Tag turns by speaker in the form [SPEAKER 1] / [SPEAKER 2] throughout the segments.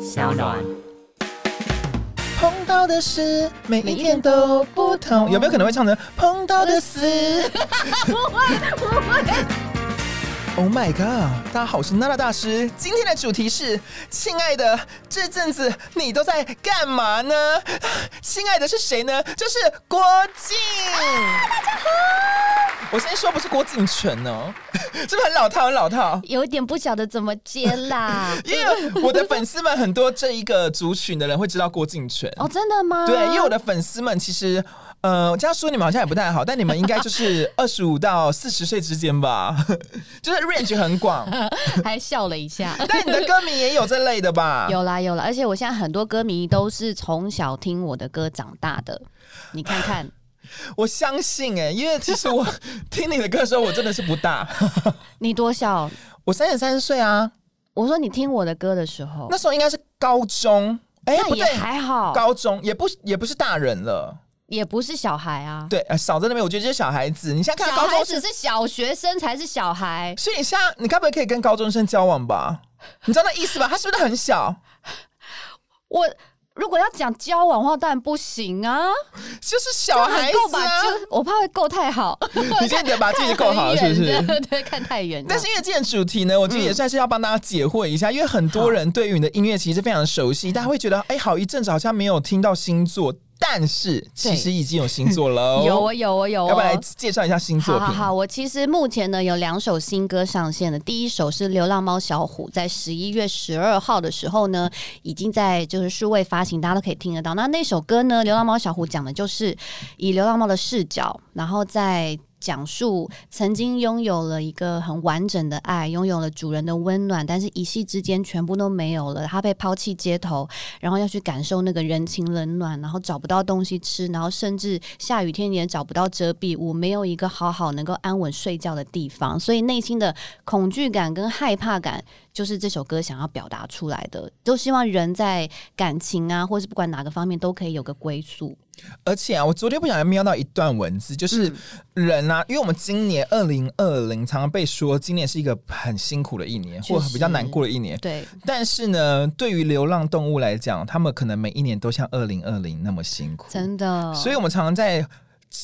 [SPEAKER 1] 小暖。
[SPEAKER 2] 碰到的事每一天都不同，有没有可能会唱成碰到的 事？Oh my god！大家好，我是娜娜大师。今天的主题是：亲爱的，这阵子你都在干嘛呢？亲爱的是谁呢？就是郭靖。大家好。我先说不是郭靖纯哦， 是不是很老套？很老套。
[SPEAKER 1] 有点不晓得怎么接
[SPEAKER 2] 。
[SPEAKER 1] 啦
[SPEAKER 2] 因为我的粉丝们很多，这一个族群的人会知道郭靖纯。
[SPEAKER 1] 哦，真的吗？
[SPEAKER 2] 对，因为我的粉丝们其实，呃，我这样说你们好像也不太好，但你们应该就是 二十五到四十岁之间吧， 就是 range 很 广。
[SPEAKER 1] 还笑了一下。
[SPEAKER 2] 但你的歌迷也有这类的吧？
[SPEAKER 1] 有啦有啦，而且我现在很多歌迷都是从小听我的歌长大的，你 看看，
[SPEAKER 2] 我相信哎、因为其实我听你的歌的时候，我真的是不 大，
[SPEAKER 1] 你多小？
[SPEAKER 2] 我三十三岁啊，
[SPEAKER 1] 我说你听我的歌的时候，
[SPEAKER 2] 那时候应该是高中，哎、
[SPEAKER 1] 哦那
[SPEAKER 2] 不
[SPEAKER 1] 也
[SPEAKER 2] 对，
[SPEAKER 1] 还好，
[SPEAKER 2] 高中也不也不是大人了。
[SPEAKER 1] 也不是小孩啊。
[SPEAKER 2] 对，呃嫂子那边，我觉得就是小孩子。你现在看
[SPEAKER 1] 小
[SPEAKER 2] 到高
[SPEAKER 1] 孩
[SPEAKER 2] 中生，
[SPEAKER 1] 只是小学生才是小孩，
[SPEAKER 2] 所以你现在你该不会可以跟高中生交往吧？你知道那意思吧？他是不是很小？
[SPEAKER 1] 我。如果要讲交往的话，当然不行啊，
[SPEAKER 2] 就是
[SPEAKER 1] 就
[SPEAKER 2] 小
[SPEAKER 1] 很
[SPEAKER 2] 孩
[SPEAKER 1] 够
[SPEAKER 2] 子
[SPEAKER 1] 吧？
[SPEAKER 2] 啊。
[SPEAKER 1] 就我怕会够 太好，
[SPEAKER 2] 你今天得把自己够好了，是不
[SPEAKER 1] 看很
[SPEAKER 2] 是？
[SPEAKER 1] 远的对，看太远了。
[SPEAKER 2] 但是因为今天的主题呢，我觉得也算是要帮大家解惑一下，因为很多人对于你的音乐其实非常熟悉，大家会觉得哎、好一阵子好像没有听到星座，但是其实已经有星座了哦。
[SPEAKER 1] 有我有我有哦，
[SPEAKER 2] 要不要来介绍一下新作
[SPEAKER 1] 好
[SPEAKER 2] 品？
[SPEAKER 1] 好好，我其实目前呢有两首新歌上线的，第一首是《流浪猫小虎》，在十一月十二号的时候呢，已经在就是数位发行，大家都可以听得到。那那首歌呢，《流浪猫小虎》讲的就是以流浪猫的视角，然后在。讲述曾经拥有了一个很完整的爱，拥有了主人的温暖，但是一夕之间全部都没有了。他被抛弃街头，然后要去感受那个人情冷暖，然后找不到东西吃，然后甚至下雨天你也找不到遮蔽物，没有一个好好能够安稳睡觉的地方，所以内心的恐惧感跟害怕感，就是这首歌想要表达出来的。都希望人在感情啊，或是不管哪个方面都可以有个 归宿。
[SPEAKER 2] 而且啊，我昨天不小心瞄到一段文字，就是
[SPEAKER 1] 嗯
[SPEAKER 2] 人啊，因为我们今年二零二零常常被说今年是一个很辛苦的一年，
[SPEAKER 1] 确
[SPEAKER 2] 或比较
[SPEAKER 1] 实
[SPEAKER 2] 难过的一年。
[SPEAKER 1] 对，
[SPEAKER 2] 但是呢，对于流浪动物来讲，他们可能每一年都像二零二零那么辛苦，
[SPEAKER 1] 真的，
[SPEAKER 2] 所以我们常常在。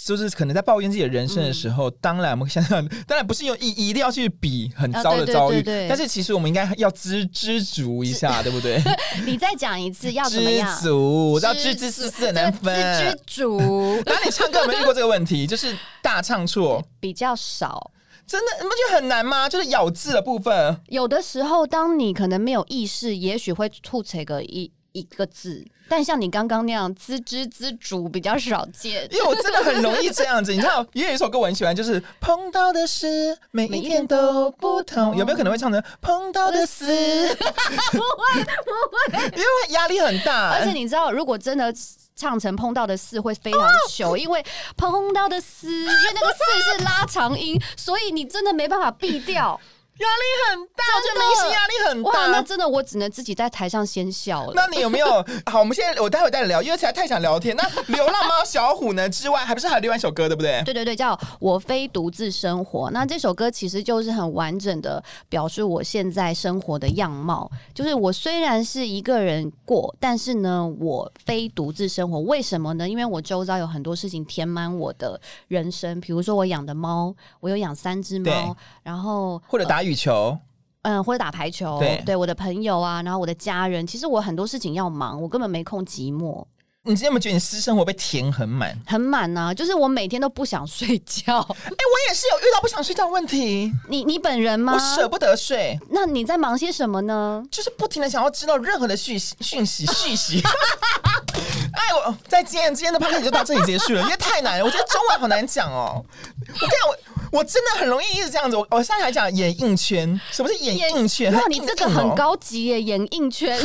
[SPEAKER 2] 就是可能在抱怨自己的人生的时候，当然我们想想，当然不是用一一定要去比很糟的遭遇，
[SPEAKER 1] 啊对对对对
[SPEAKER 2] 但是其实我们应该要知知足一下，对不对？
[SPEAKER 1] 你再讲一次要怎么
[SPEAKER 2] 知
[SPEAKER 1] 样？
[SPEAKER 2] 足，我知道知知思思很难分。
[SPEAKER 1] 知知足
[SPEAKER 2] 然后你唱歌有没有遇过这个问题？就是大唱错，
[SPEAKER 1] 比较少。
[SPEAKER 2] 真的你不觉得很难吗？就是咬字的部分，
[SPEAKER 1] 有的时候，当你可能没有意识，也许会吐槽个一一个字，但像你刚刚那样自知自主比较少 见。
[SPEAKER 2] 因为我真的很容易这样子，你知道，也有一首歌我很喜欢，就是碰到的事每一天都不同，有没有可能会唱成碰到的事？因为压力很大，
[SPEAKER 1] 而且你知道，如果真的唱成碰到的四会非常糗，因为碰到的四，因为那个四是拉长音，所以你真的没办法避掉。
[SPEAKER 2] 压力很大，
[SPEAKER 1] 真
[SPEAKER 2] 就
[SPEAKER 1] 的
[SPEAKER 2] 明星压力很
[SPEAKER 1] 哇，那
[SPEAKER 2] 大。
[SPEAKER 1] 真的我只能自己在台上先笑了。
[SPEAKER 2] 那你有没有好？我们现在我待会再聊，因为实在太想聊天。那流浪猫小虎呢？之外，还不是还有另外一首歌，对不对？
[SPEAKER 1] 对对对，叫《我非独自生活》。那这首歌其实就是很完整的表示我现在生活的样貌，就是我虽然是一个人过，但是呢，我非独自生活。为什么呢？因为我周遭有很多事情填满我的人生，比如说我养的猫，我有养三只
[SPEAKER 2] 对
[SPEAKER 1] 猫，然后
[SPEAKER 2] 或者打羽球，
[SPEAKER 1] 嗯，或者打排球，
[SPEAKER 2] 对
[SPEAKER 1] 我的朋友啊，然后我的家人，其实我很多事情要忙，我根本没空寂寞。
[SPEAKER 2] 你今天有没有觉得你私生活被填很满？
[SPEAKER 1] 很满呐、就是我每天都不想睡觉。
[SPEAKER 2] 哎、我也是有遇到不想睡觉的问题，
[SPEAKER 1] 你你本人吗？
[SPEAKER 2] 我舍不得睡。
[SPEAKER 1] 那你在忙些什么呢？
[SPEAKER 2] 就是不停的想要知道任何的讯息、讯息、讯息。哎，我再见，今天的 p a r t y 就到这里结束了，因为太难了。我觉得中文好难讲哦。我看我我真的很容易一直这样子。我我现在还讲眼映圈，什么是眼映圈？
[SPEAKER 1] 哇，
[SPEAKER 2] 很
[SPEAKER 1] 你
[SPEAKER 2] 硬
[SPEAKER 1] 这个
[SPEAKER 2] 硬哦
[SPEAKER 1] 很。高级耶，眼 映圈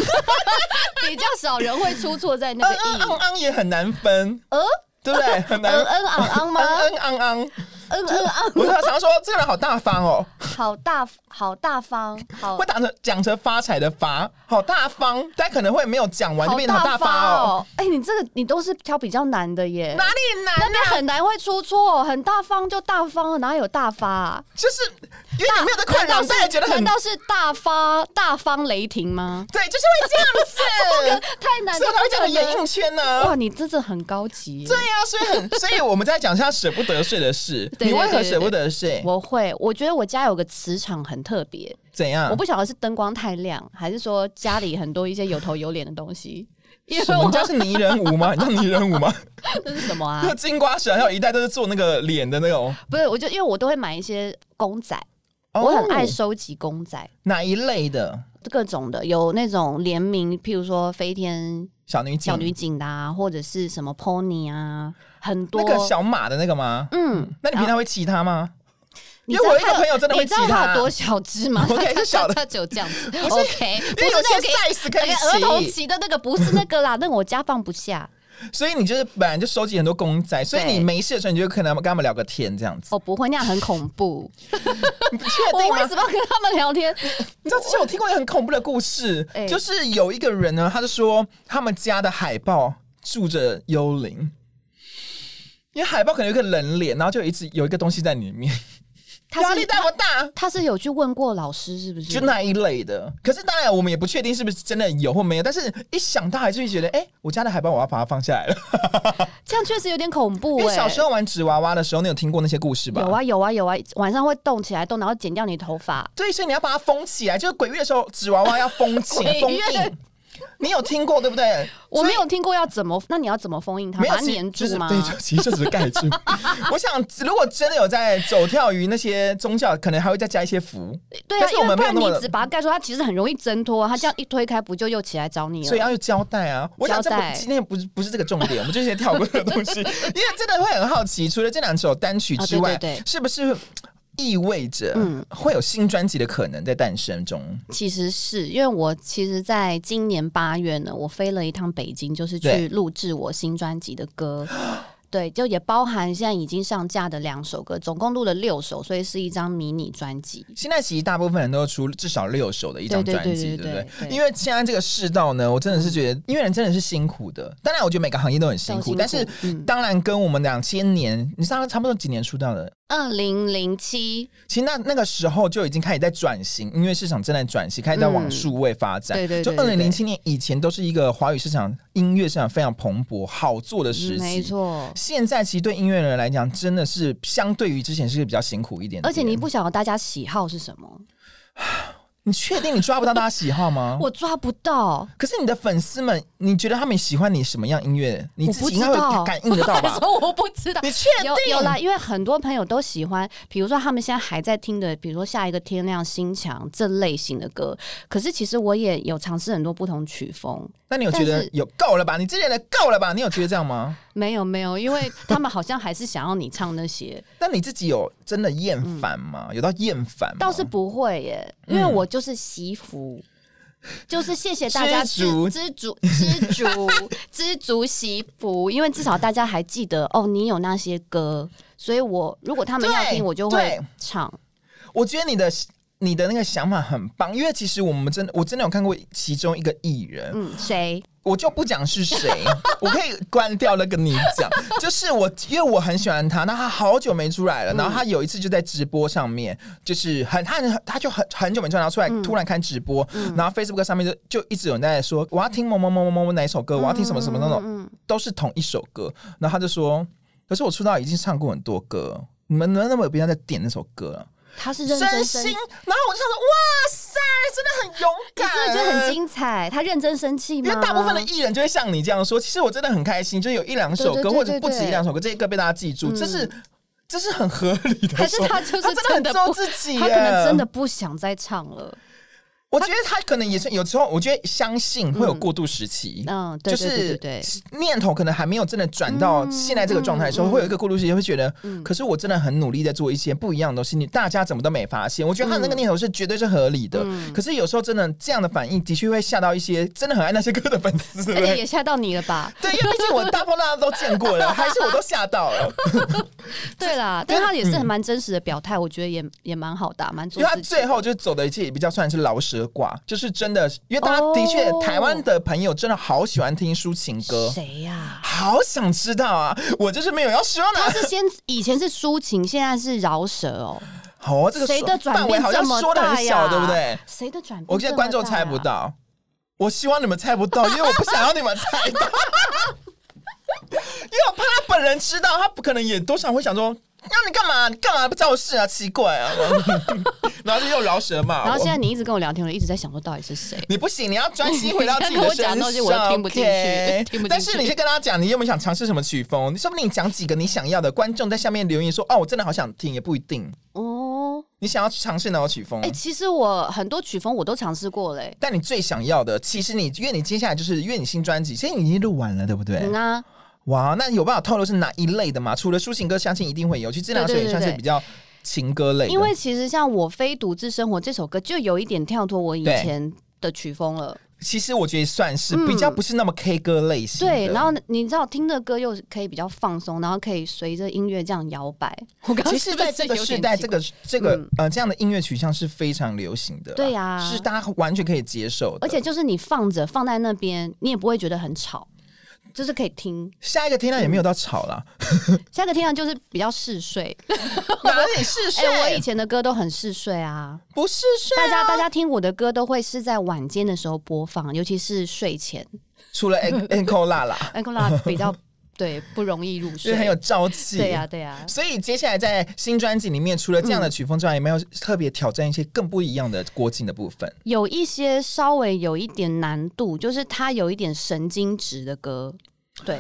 [SPEAKER 1] 比较少人会出错在那
[SPEAKER 2] 嗯
[SPEAKER 1] 个
[SPEAKER 2] 嗯
[SPEAKER 1] 映
[SPEAKER 2] 嗯。嗯也很难分，
[SPEAKER 1] 呃，
[SPEAKER 2] 对不对？很难。
[SPEAKER 1] 嗯嗯昂昂吗？
[SPEAKER 2] 嗯嗯嗯嗯，
[SPEAKER 1] 嗯嗯昂，
[SPEAKER 2] 我常常说这个人好大方哦，
[SPEAKER 1] 好大好大方，好
[SPEAKER 2] 会打成讲成发财的发，好大方，但可能会没有讲完就变成好大
[SPEAKER 1] 方
[SPEAKER 2] 发哦。。
[SPEAKER 1] 哎，你这个你都是挑比较难的耶
[SPEAKER 2] 哪。里难
[SPEAKER 1] 那边很难会出错，很大方就大方，哪有大发啊？
[SPEAKER 2] 就是因为你没有在困扰，
[SPEAKER 1] 难道
[SPEAKER 2] 所以
[SPEAKER 1] 是
[SPEAKER 2] 觉得很
[SPEAKER 1] 难道是大发大方雷霆吗？ 啊
[SPEAKER 2] 对，就是会这样子。
[SPEAKER 1] 个太难，
[SPEAKER 2] 所以他会讲的
[SPEAKER 1] 这个
[SPEAKER 2] 演
[SPEAKER 1] 呢
[SPEAKER 2] 映圈呢、
[SPEAKER 1] 哇，你真的很高级耶。
[SPEAKER 2] 对呀、所以 很，所以我们在讲一下舍不得睡的事。
[SPEAKER 1] 对对
[SPEAKER 2] 你为何
[SPEAKER 1] 对对
[SPEAKER 2] 舍不得睡？
[SPEAKER 1] 我会，我觉得我家有个磁场很特别，
[SPEAKER 2] 怎样
[SPEAKER 1] 我？不晓得是灯光太亮，还是说家里很多一些有头有脸的东 西。因为
[SPEAKER 2] 什么？
[SPEAKER 1] 我
[SPEAKER 2] 你家是泥人舞 吗？你知道泥人舞吗？
[SPEAKER 1] 这是什么 啊
[SPEAKER 2] 那？金瓜石还有一代都是做那个哦脸的那种。
[SPEAKER 1] 不是，我就因为我都会买一些公仔，
[SPEAKER 2] 哦
[SPEAKER 1] 我很爱收集公仔，
[SPEAKER 2] 哪一类的
[SPEAKER 1] 各种的，有那种联名，譬如说飞天
[SPEAKER 2] 小女警？
[SPEAKER 1] 小女警的啊，或者是什么 pony 啊，很多。
[SPEAKER 2] 嗯那个小马的那个吗？
[SPEAKER 1] 嗯，
[SPEAKER 2] 那你平常会骑它吗？
[SPEAKER 1] 你
[SPEAKER 2] 因
[SPEAKER 1] 知
[SPEAKER 2] 为
[SPEAKER 1] 道
[SPEAKER 2] 我有一
[SPEAKER 1] 它
[SPEAKER 2] 个朋友真的会
[SPEAKER 1] 你
[SPEAKER 2] 骑
[SPEAKER 1] 知道它
[SPEAKER 2] 它
[SPEAKER 1] 有多小只吗？
[SPEAKER 2] 我可以
[SPEAKER 1] 它
[SPEAKER 2] 小的
[SPEAKER 1] 它它只有这样 子。OK，不
[SPEAKER 2] 因为有
[SPEAKER 1] 是
[SPEAKER 2] 些
[SPEAKER 1] 那个
[SPEAKER 2] size
[SPEAKER 1] 那个儿
[SPEAKER 2] 可
[SPEAKER 1] 童
[SPEAKER 2] 以骑，
[SPEAKER 1] 骑的那个不是那个啦，那 个我家放不下。
[SPEAKER 2] 所以你就是本来就收集很多公仔，所以
[SPEAKER 1] 对
[SPEAKER 2] 你没事的时候你就可能跟他们聊个天这样子。
[SPEAKER 1] 我哦不会，那样很恐 怖。
[SPEAKER 2] 你确
[SPEAKER 1] 我
[SPEAKER 2] 定
[SPEAKER 1] 为
[SPEAKER 2] 吗？
[SPEAKER 1] 什么要跟他们聊天？
[SPEAKER 2] 你知道之前我听过一个很恐怖的故事，
[SPEAKER 1] 哎
[SPEAKER 2] 就是有一个人呢，他就说他们家的海报住着幽灵，因为海报可能有一个人脸，然后就有一直有一个东西在里面， 压
[SPEAKER 1] 他
[SPEAKER 2] 力
[SPEAKER 1] 是
[SPEAKER 2] 大不大？
[SPEAKER 1] 他是有去问过老师是不是？
[SPEAKER 2] 就那一类的。可是当然，我们也不确定是不是真的有或没有，但是一想到还是会觉得，哎、我家的海报我要把它放下来了。
[SPEAKER 1] 这样确实有点恐怖
[SPEAKER 2] 因为
[SPEAKER 1] 哎。
[SPEAKER 2] 小时候玩纸娃娃的时候，你有听过那些故事吧？
[SPEAKER 1] 有。啊有啊有啊，晚上会动起来动，然后剪掉你头发。
[SPEAKER 2] 对，所以你要把它封起来，就是鬼月的时候，纸娃娃要封起
[SPEAKER 1] 鬼月
[SPEAKER 2] 封印。你有听过对不对？
[SPEAKER 1] 我
[SPEAKER 2] 所以
[SPEAKER 1] 没有听过要怎么，那你要怎么封印它？
[SPEAKER 2] 没有
[SPEAKER 1] 把它
[SPEAKER 2] 其实
[SPEAKER 1] 粘
[SPEAKER 2] 就
[SPEAKER 1] 住
[SPEAKER 2] 是
[SPEAKER 1] 吗？
[SPEAKER 2] 对，就其实就只是盖 住。我想，如果真的有在走跳鱼那些宗教，可能还会再加一些符，
[SPEAKER 1] 对
[SPEAKER 2] 但
[SPEAKER 1] 啊，
[SPEAKER 2] 是
[SPEAKER 1] 因
[SPEAKER 2] 我
[SPEAKER 1] 为
[SPEAKER 2] 们
[SPEAKER 1] 不
[SPEAKER 2] 没有
[SPEAKER 1] 然
[SPEAKER 2] 那么
[SPEAKER 1] 你只把它盖住，它其实很容易挣脱啊。它这样一推开，不就又起来找你
[SPEAKER 2] 所以
[SPEAKER 1] 了？
[SPEAKER 2] 要用胶带啊。我想这不
[SPEAKER 1] 胶带
[SPEAKER 2] 今天不是不是这个重点，我们就先跳过这个东西，因为真的会很好奇，除了这两首单曲之外，
[SPEAKER 1] 啊对对对
[SPEAKER 2] 是不是意味着
[SPEAKER 1] 嗯
[SPEAKER 2] 会有新专辑的可能在诞生中？
[SPEAKER 1] 其实是因为我其实在今年八月呢，我飞了一趟北京，就是
[SPEAKER 2] 对
[SPEAKER 1] 去录制我新专辑的歌。对，就也包含现在已经上架的两首歌，总共录了六首，所以是一张迷你专辑。
[SPEAKER 2] 现在其实大部分人都出至少六首的一张
[SPEAKER 1] 对
[SPEAKER 2] 专
[SPEAKER 1] 对
[SPEAKER 2] 辑，
[SPEAKER 1] 对对
[SPEAKER 2] 不对
[SPEAKER 1] 对？对嗯
[SPEAKER 2] 因为现在这个世道呢，我真的是觉得音乐人真的是辛苦的。当然，我觉得每个行业都很辛苦，
[SPEAKER 1] 都辛苦
[SPEAKER 2] 但是
[SPEAKER 1] 嗯
[SPEAKER 2] 当然跟我们两千年，你上差不多几年出道的？
[SPEAKER 1] 二零零七，
[SPEAKER 2] 其实那那个时候就已经开始在转型，音乐市场正在转型，开始在往数位发展。
[SPEAKER 1] 嗯对对对
[SPEAKER 2] 就二零零七年以前都是一个华语市场、音乐市场非常蓬勃、好做的时期。
[SPEAKER 1] 嗯没错。
[SPEAKER 2] 现在其实对音乐人来讲，真的是相对于之前是比较辛苦一点点
[SPEAKER 1] 而且你不晓得大家喜好是什么，
[SPEAKER 2] 你确定你抓不到大家喜好吗？
[SPEAKER 1] 我抓不到。
[SPEAKER 2] 可是你的粉丝们，你觉得他们喜欢你什么样音乐？你自己应该
[SPEAKER 1] 我不知
[SPEAKER 2] 会
[SPEAKER 1] 道
[SPEAKER 2] 感应得到吧？
[SPEAKER 1] 说我不知道，
[SPEAKER 2] 你确定
[SPEAKER 1] 有有啦，因为很多朋友都喜欢，比如说他们现在还在听的，比如说下一个天亮、心墙这类型的歌。可是其实我也有尝试很多不同曲风，
[SPEAKER 2] 那你有觉
[SPEAKER 1] 但
[SPEAKER 2] 得
[SPEAKER 1] 是
[SPEAKER 2] 有够了吧？你之前的够了吧？你有觉得这样吗？
[SPEAKER 1] 没有没有，因为他们好像还是想要你唱那些，
[SPEAKER 2] 那你自己有真的厌烦吗？有到厌烦吗？
[SPEAKER 1] 嗯倒是不会耶，因
[SPEAKER 2] 嗯
[SPEAKER 1] 为我就是惜福。就是谢谢大 家
[SPEAKER 2] 知
[SPEAKER 1] 知
[SPEAKER 2] 足
[SPEAKER 1] 知足知足知足惜福，因为至少大家还记得哦，你有那些歌，所以我如果他们要
[SPEAKER 2] 对
[SPEAKER 1] 听，我就
[SPEAKER 2] 对
[SPEAKER 1] 会唱。
[SPEAKER 2] 我觉得你的你的那个想法很棒，因为其实我们真的我真的有看过其中一个艺人，
[SPEAKER 1] 嗯，谁？
[SPEAKER 2] 我就不讲是谁， 我可以关掉了跟你讲，就是我因为我很喜欢他，那他好久没出
[SPEAKER 1] 嗯
[SPEAKER 2] 来了，然后他有一次就在直播上面，就是很他很他就很很久没出来，然后出来
[SPEAKER 1] 嗯
[SPEAKER 2] 突然看直播，然后 Facebook 上面就就一直有人在说我要听某某某某某某哪一首歌，我要听什么什么那种，
[SPEAKER 1] 嗯，
[SPEAKER 2] 都是同一首歌，然后他就说，可是我出道已经唱过很多歌，你们能不能不要再点那首歌了？
[SPEAKER 1] 他是认真生
[SPEAKER 2] 心，然后我就想说，哇塞，真的很勇
[SPEAKER 1] 你
[SPEAKER 2] 敢，
[SPEAKER 1] 是不是觉得很精彩？他认真生气
[SPEAKER 2] 因
[SPEAKER 1] 吗？
[SPEAKER 2] 为大部分的艺人就会像你这样说，其实我真的很开心，就是有一两首
[SPEAKER 1] 对
[SPEAKER 2] 歌
[SPEAKER 1] 对对
[SPEAKER 2] 或者不止
[SPEAKER 1] 对对
[SPEAKER 2] 一两首歌，这些歌被大家记住，
[SPEAKER 1] 嗯
[SPEAKER 2] 这是这是很合理的说法。
[SPEAKER 1] 还是他就是
[SPEAKER 2] 他真
[SPEAKER 1] 真
[SPEAKER 2] 的
[SPEAKER 1] 的
[SPEAKER 2] 很做
[SPEAKER 1] 不
[SPEAKER 2] 自己耶，
[SPEAKER 1] 他可能真的不想再唱了。
[SPEAKER 2] 我觉得他可能也是有时候，我觉得相信会有过渡时期。
[SPEAKER 1] 嗯，对
[SPEAKER 2] 就
[SPEAKER 1] 对对对
[SPEAKER 2] 是
[SPEAKER 1] 对，
[SPEAKER 2] 念头可能还没有真的转到
[SPEAKER 1] 嗯
[SPEAKER 2] 现在这个状态的时候，
[SPEAKER 1] 嗯嗯
[SPEAKER 2] 会有一个过渡时期，会觉得，
[SPEAKER 1] 嗯
[SPEAKER 2] 可是我真的很努力在做一些不一样的东西，你大家怎么都没发现。我觉得他那个念头是绝对是合理的，
[SPEAKER 1] 嗯
[SPEAKER 2] 可是有时候真的这样的反应的确会吓到一些真的很爱那些歌的粉丝，对不
[SPEAKER 1] 而且
[SPEAKER 2] 对？
[SPEAKER 1] 哎也吓到你了 吧？
[SPEAKER 2] 对，因为毕竟我大风大家都见过 了，还是我都吓到了。
[SPEAKER 1] 对啦，但他也是很蛮真实的表态，我觉得也也蛮好的啊，蛮
[SPEAKER 2] 因
[SPEAKER 1] 做
[SPEAKER 2] 为他
[SPEAKER 1] 自己的。
[SPEAKER 2] 最后就走的也比较算是老舌挂，就是真的，因为大家的确、
[SPEAKER 1] 哦
[SPEAKER 2] 台湾的朋友真的好喜欢听抒情歌，
[SPEAKER 1] 谁呀？
[SPEAKER 2] 好想知道啊！我就是没有要说
[SPEAKER 1] 他
[SPEAKER 2] 呢。
[SPEAKER 1] 是先以前是抒情，现在是饶舌哦。
[SPEAKER 2] 哦，这个
[SPEAKER 1] 谁的转
[SPEAKER 2] 范围
[SPEAKER 1] 变
[SPEAKER 2] 好像
[SPEAKER 1] 这么
[SPEAKER 2] 说的
[SPEAKER 1] 大
[SPEAKER 2] 很小，
[SPEAKER 1] 呀？
[SPEAKER 2] 对不对？？
[SPEAKER 1] 谁的转变这么大呀？啊
[SPEAKER 2] 我觉得观众猜不到，我希望你们猜不到，因为我不想要你们猜到，因为我怕他本人知道，他不可能也多少会想说。那你干嘛？你干嘛不招事啊？奇怪啊！ 然后就又饶舌嘛。
[SPEAKER 1] 然后现在
[SPEAKER 2] 我
[SPEAKER 1] 你一直跟我聊天，我一直在想说到底是谁。
[SPEAKER 2] 你不行，你要专心回到自己
[SPEAKER 3] 跟
[SPEAKER 2] 的
[SPEAKER 3] 我
[SPEAKER 2] 身
[SPEAKER 3] 讲
[SPEAKER 2] 上。
[SPEAKER 3] 东西我都听不进去
[SPEAKER 2] OK
[SPEAKER 3] 听不进去
[SPEAKER 2] 但是你先跟他讲，你有没有想尝试什么曲风？你说不定你讲几个你想要的，观众在下面留言说：“哦，我真的好想听。”也不一定，
[SPEAKER 1] 哦，
[SPEAKER 2] 你想要尝试哪种曲风？
[SPEAKER 1] 哎、其实我很多曲风我都尝试过嘞、
[SPEAKER 2] 但你最想要的，其实你，因为你接下来就是因为你新专辑，其实你已经录完了，对不对？
[SPEAKER 1] 嗯啊，
[SPEAKER 2] 哇，那有办法透露是哪一类的吗？除了抒情歌，相信一定会有，其实这两首也算是比较情歌类的。
[SPEAKER 1] 因为其实像我非独自生活这首歌，就有一点跳脱我以
[SPEAKER 2] 对
[SPEAKER 1] 前的曲风了。
[SPEAKER 2] 其实我觉得算是
[SPEAKER 1] 嗯
[SPEAKER 2] 比较不是那么 K 歌类型的。
[SPEAKER 1] 对，然后你知道听的歌又可以比较放松，然后可以随着音乐这样摇摆。我刚刚
[SPEAKER 2] 其实，在这个时代，这个这个、
[SPEAKER 1] 嗯
[SPEAKER 2] 呃这样的音乐取向是非常流行的啦，
[SPEAKER 1] 对呀
[SPEAKER 2] 是大家完全可以接受的。
[SPEAKER 1] 而且就是你放着放在那边，你也不会觉得很吵，就是可以听。
[SPEAKER 2] 下一个听到也没有到吵啦，
[SPEAKER 1] 下个听完就是比较嗜睡，
[SPEAKER 2] 哪里是睡？
[SPEAKER 1] 哎、我以前的歌都很嗜睡啊。
[SPEAKER 2] 不是睡啊、
[SPEAKER 1] 大家大家听我的歌都会是在晚间的时候播放，尤其是睡前。
[SPEAKER 2] 除了 Anko 辣啦，
[SPEAKER 1] 安哥拉比较 对不容易入
[SPEAKER 2] 就
[SPEAKER 1] 睡，
[SPEAKER 2] 是很有朝气。
[SPEAKER 1] 对啊呀、对呀、
[SPEAKER 2] 所以接下来在新专辑里面，除了这样的曲风之外，有没有特别挑战一些更不一样的郭靖的部分？
[SPEAKER 1] 有一些稍微有一点难度，就是它有一点神经质的歌。对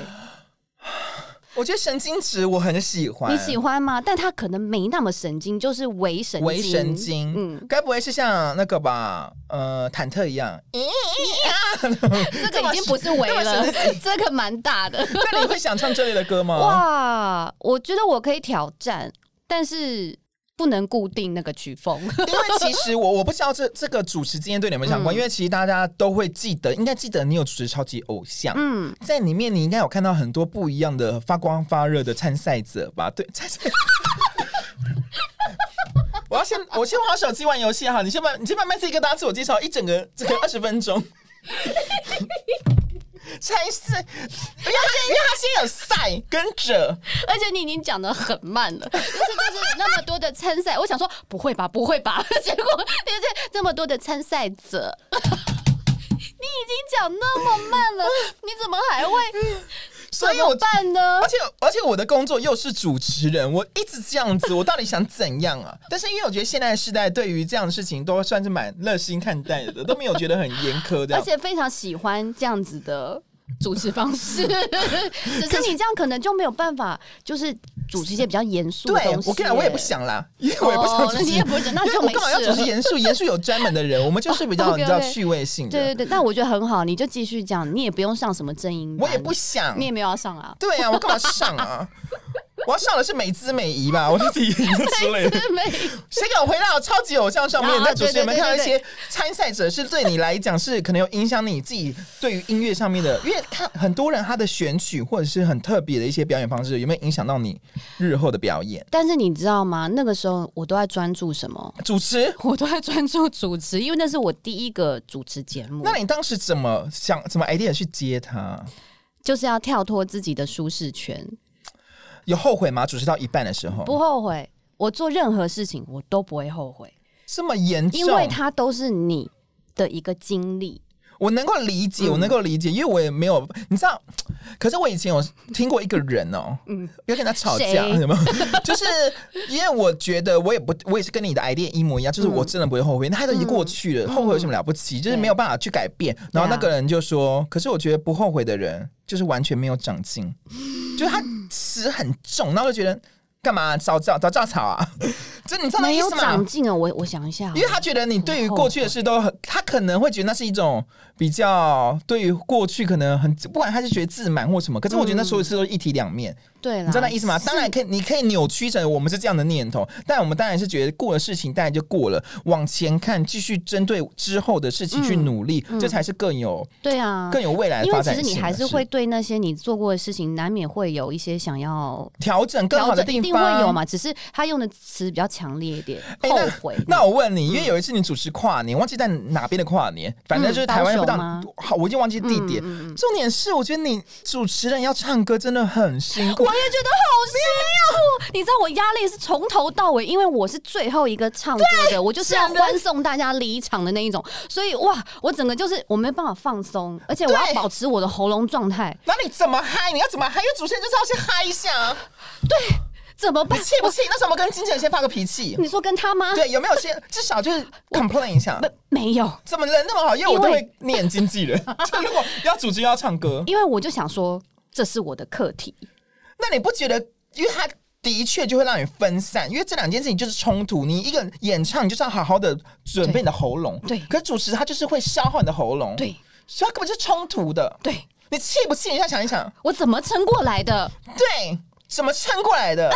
[SPEAKER 2] 我觉得神经质我很喜欢，
[SPEAKER 1] 你喜欢吗？但它可能没那么神经，就是微神经。
[SPEAKER 2] 微神经，
[SPEAKER 1] 嗯，
[SPEAKER 2] 该不会是像那个吧？呃，忐忑一样，咦
[SPEAKER 1] 这个已经不是微了，这个蛮大的。
[SPEAKER 2] 那你会想唱这类的 歌吗？
[SPEAKER 1] 哇，我觉得我可以挑战，但是不能固定那个曲风。
[SPEAKER 2] 因为其实我我不知道这这个主持经验对你们有没有相关，
[SPEAKER 1] 嗯
[SPEAKER 2] 因为其实大家都会记得，应该记得你有主持超级偶像。
[SPEAKER 1] 嗯，
[SPEAKER 2] 在里面，你应该有看到很多不一样的发光发热的参赛者吧？对，参赛。 我要先，我先玩手机玩游戏哈，你先慢，你先慢慢自己跟大家自我介绍一整个这个二十分钟。 参赛，因为他先，因为他先有赛跟着，
[SPEAKER 1] 而且你已经讲的很慢了， 就是就是那么多的参赛，我想说不会吧，不会吧， 结果就是这么多的参赛者， 你已经讲那么 慢了，你怎么还会
[SPEAKER 2] 所
[SPEAKER 1] 怎
[SPEAKER 2] 以
[SPEAKER 1] 么
[SPEAKER 2] 我，
[SPEAKER 1] 办呢
[SPEAKER 2] 嗯而？且而且我的工作又是主持人，我一直这样子，我到底想怎样啊？但是因为我觉得现在的世代对于这样的事情都算是蛮热心看待的，都没有觉得很严苛这
[SPEAKER 1] 而
[SPEAKER 2] 样。
[SPEAKER 1] 且非常喜欢这样子的。主持方 式，只是你这样可能就没有办法，就是主持一些比较严肃的
[SPEAKER 2] 对
[SPEAKER 1] 东西耶。
[SPEAKER 2] 我跟你讲，我也不想啦，因为我也不想
[SPEAKER 1] 哦
[SPEAKER 2] 主
[SPEAKER 1] 那
[SPEAKER 2] 持，
[SPEAKER 1] 你也不想那
[SPEAKER 2] 因为
[SPEAKER 1] 就
[SPEAKER 2] 我
[SPEAKER 1] 没
[SPEAKER 2] 干嘛要
[SPEAKER 1] 事
[SPEAKER 2] 主持
[SPEAKER 1] 了
[SPEAKER 2] 严肃？严肃有专门的人，我们就是比较
[SPEAKER 1] OK，OK
[SPEAKER 2] 你知道趣味性
[SPEAKER 1] 对对
[SPEAKER 2] 的。
[SPEAKER 1] 对，但我觉得很好，你就继续讲，你也不用上什么正音班，
[SPEAKER 2] 我也不想，
[SPEAKER 1] 你，也没有要上啊
[SPEAKER 2] 对啊，我干嘛上 啊？我要上的是美姿美仪吧，我的体验之 类的。
[SPEAKER 1] 没
[SPEAKER 2] 谁敢回到超级偶像上面？
[SPEAKER 1] 啊
[SPEAKER 2] 在主持人们
[SPEAKER 1] 对对对
[SPEAKER 2] 看到一
[SPEAKER 1] 对
[SPEAKER 2] 些参赛者，是对你来讲是可能有影响你自己对于音乐上面的，因为看很多人他的选曲或者是很特别的一些表演方式，有没有影响到你日后的表演？
[SPEAKER 1] 但是你知道吗？那个时候我都在专注什么？
[SPEAKER 2] 主持？
[SPEAKER 1] 我都在专注主持，因为那是我第一个主持节目
[SPEAKER 2] 那，你当时怎么想？怎么 idea 去接他？
[SPEAKER 1] 就是要跳脱自己的舒适圈，
[SPEAKER 2] 有后悔吗？主持到一半的时候，
[SPEAKER 1] 不后悔。我做任何事情我都不会后悔，
[SPEAKER 2] 这么严重，
[SPEAKER 1] 因为它都是你的一个经历。
[SPEAKER 2] 我能够理解，我能够理解，因为我也没有，你知道，可是我以前有听过一个人哦，嗯，要跟他吵架
[SPEAKER 1] 谁
[SPEAKER 2] 什么， 就是因为我觉得我也不，我也是跟你的 idea 一模一样，就是我真的不会后悔，那他都已经过去了，后悔有什么了不起？就是没有办法去改变。然后那个人就说，可是我觉得不后悔的人就是完全没有长进，就是他词很重，然后我就觉得干嘛早早早早吵啊？ 就你知道那
[SPEAKER 1] 没
[SPEAKER 2] 意
[SPEAKER 1] 有
[SPEAKER 2] 思吗
[SPEAKER 1] 长？进啊！我我想一下啊，
[SPEAKER 2] 因为他觉得你对于过去的事都很，他可能会觉得那是一种比较对于过去可能很，不管他是觉得自满或什么，可是我觉得那所有事都一体两面，
[SPEAKER 1] 嗯对了，
[SPEAKER 2] 你知道那意思吗？
[SPEAKER 1] 是
[SPEAKER 2] 当然可以，你可以扭曲成我们是这样的念头，但我们当然是觉得过了事情当然就过了，往前看，继续针对之后的事情去努力，这才是更有
[SPEAKER 1] 对啊，
[SPEAKER 2] 更有未来的
[SPEAKER 1] 嗯因
[SPEAKER 2] 发
[SPEAKER 1] 为其
[SPEAKER 2] 展
[SPEAKER 1] 实
[SPEAKER 2] 性的事。
[SPEAKER 1] 你还是会对那些你做过的事情，难免会有一些想要
[SPEAKER 2] 调整更
[SPEAKER 1] 调
[SPEAKER 2] 好的
[SPEAKER 1] 整，
[SPEAKER 2] 地
[SPEAKER 1] 一
[SPEAKER 2] 方，
[SPEAKER 1] 定会有嘛。只是他用的词比较强烈一点，
[SPEAKER 2] 哎
[SPEAKER 1] 后悔。
[SPEAKER 2] 那我问你，因为有一次你主持跨年，忘记在哪边的跨年，反正就是台湾
[SPEAKER 1] 嗯
[SPEAKER 2] 不
[SPEAKER 1] 高雄
[SPEAKER 2] 当
[SPEAKER 1] 吗，
[SPEAKER 2] 好，我已经忘记地点。重点是，我觉得你主持人要唱歌真的很辛苦
[SPEAKER 1] 我。也觉得好辛苦，你知道我压力是从头到尾，因为我是最后一个唱歌的，我就是要欢送大家离场的那一种，所以哇，我整个就是我没办法放松，而且我要
[SPEAKER 2] 对
[SPEAKER 1] 保持我的喉咙状态，
[SPEAKER 2] 那你怎么嗨？你要怎么嗨？因为主持人就是要先嗨一下啊，
[SPEAKER 1] 怎么办
[SPEAKER 2] 你？ 气不气？那时候我们跟经纪人先发个脾气，
[SPEAKER 1] 你说跟他吗？
[SPEAKER 2] 对，有没有先至少就是 complain 一下？
[SPEAKER 1] 不，没有，
[SPEAKER 2] 怎么人那么好？因为我都
[SPEAKER 1] 因为
[SPEAKER 2] 会念经纪 人，就如果要主持人要唱歌，
[SPEAKER 1] 因为我就想说这是我的课题，
[SPEAKER 2] 那你不觉得？因为他的确就会让你分散，因为这两件事情就是冲突。你一个演唱，你就是要好好的准备你的喉咙，
[SPEAKER 1] 对
[SPEAKER 2] 可是主持他就是会消耗你的喉咙，。
[SPEAKER 1] 对
[SPEAKER 2] 所以它根本就是冲突的。
[SPEAKER 1] 对，
[SPEAKER 2] 你气不气？你再想一 想，
[SPEAKER 1] 我怎么撑过来的？
[SPEAKER 2] 对，怎么撑过来 的？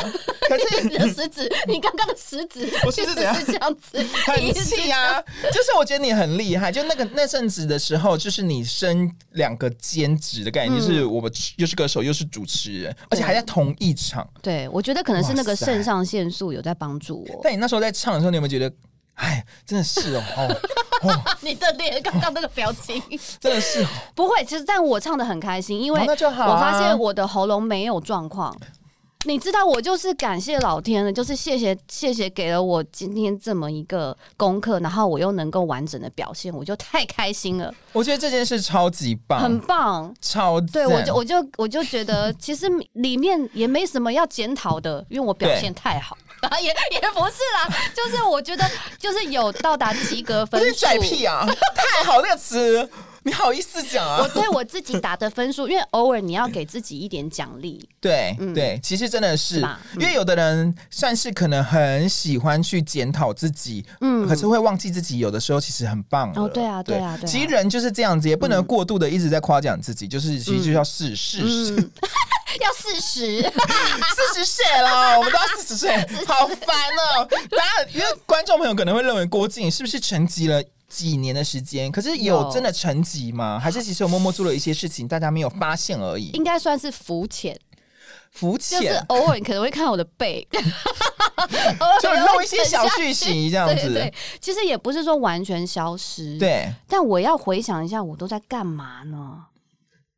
[SPEAKER 2] 可
[SPEAKER 1] 你的
[SPEAKER 2] 是
[SPEAKER 1] 食指， 你刚刚的食指，
[SPEAKER 2] 我是
[SPEAKER 1] 就是
[SPEAKER 2] 怎样
[SPEAKER 1] 是这样子，
[SPEAKER 2] 很
[SPEAKER 1] 你是
[SPEAKER 2] 气啊！就是我觉得你很厉害，就那个那阵子的时候，就是你升两个兼职的概念，就是我们又是歌手又是主持人，而且还在同一场。
[SPEAKER 1] 对，我觉得可能是那个
[SPEAKER 2] 哇塞
[SPEAKER 1] 肾上腺素有在帮助我。
[SPEAKER 2] 但你那时候在唱的时候，你有没有觉得，哎，真的是哦，哦，
[SPEAKER 1] 你的脸刚刚那个表情
[SPEAKER 2] 真的是哦，
[SPEAKER 1] 不会，其实但我唱的很开心，因为
[SPEAKER 2] 哦那就好啊
[SPEAKER 1] 我发现我的喉咙没有状况。你知道，我就是感谢老天了，就是谢谢谢谢给了我今天这么一个功课，然后我又能够完整的表现，我就太开心了，
[SPEAKER 2] 我觉得这件事超级棒，
[SPEAKER 1] 很棒。
[SPEAKER 2] 超啊赞
[SPEAKER 1] 对，我就我就我就觉得，其实里面也没什么要检讨的，因为我表现太好，啊， 也也不是啦，就是我觉得就是有到达及格
[SPEAKER 2] 不
[SPEAKER 1] 分
[SPEAKER 2] 是
[SPEAKER 1] 数，
[SPEAKER 2] 拽屁啊！ 太好那个词，你好意思讲啊？
[SPEAKER 1] 我对我自己打的分数，因为偶尔你要给自己一点奖 励，
[SPEAKER 2] 对、
[SPEAKER 1] 嗯
[SPEAKER 2] 对，其实真的是，
[SPEAKER 1] 是吧嗯
[SPEAKER 2] 因为有的人算是可能很喜欢去检讨自己，
[SPEAKER 1] 嗯
[SPEAKER 2] 可是会忘记自己有的时候其实很棒了
[SPEAKER 1] 哦对啊对啊对啊嗯
[SPEAKER 2] 其实人就是这样子，也不能过度的一直在夸奖自己，就是其实就要试试试
[SPEAKER 1] 嗯，要四十，
[SPEAKER 2] 四十岁了，我们都要四十岁，好烦哦！大家因为观众朋友可能会认为郭靖是不是沉寂了？几年的时间，可是有
[SPEAKER 1] 有
[SPEAKER 2] 真的沉寂吗？还是其实我默默做了一些事情，大家没有发现而已？
[SPEAKER 1] 应该算是浮浅，
[SPEAKER 2] 浮
[SPEAKER 1] 嗯就是
[SPEAKER 2] 浅，
[SPEAKER 1] 偶尔可能会看我的背， 偶尔
[SPEAKER 2] 就
[SPEAKER 1] 会
[SPEAKER 2] 露一些
[SPEAKER 1] 沉
[SPEAKER 2] 小
[SPEAKER 1] 下
[SPEAKER 2] 讯息这
[SPEAKER 1] 对
[SPEAKER 2] 样
[SPEAKER 1] 对
[SPEAKER 2] 子。
[SPEAKER 1] 对，其实也不是说完全消失，。
[SPEAKER 2] 对
[SPEAKER 1] 但我要回想一下，我都在干嘛呢？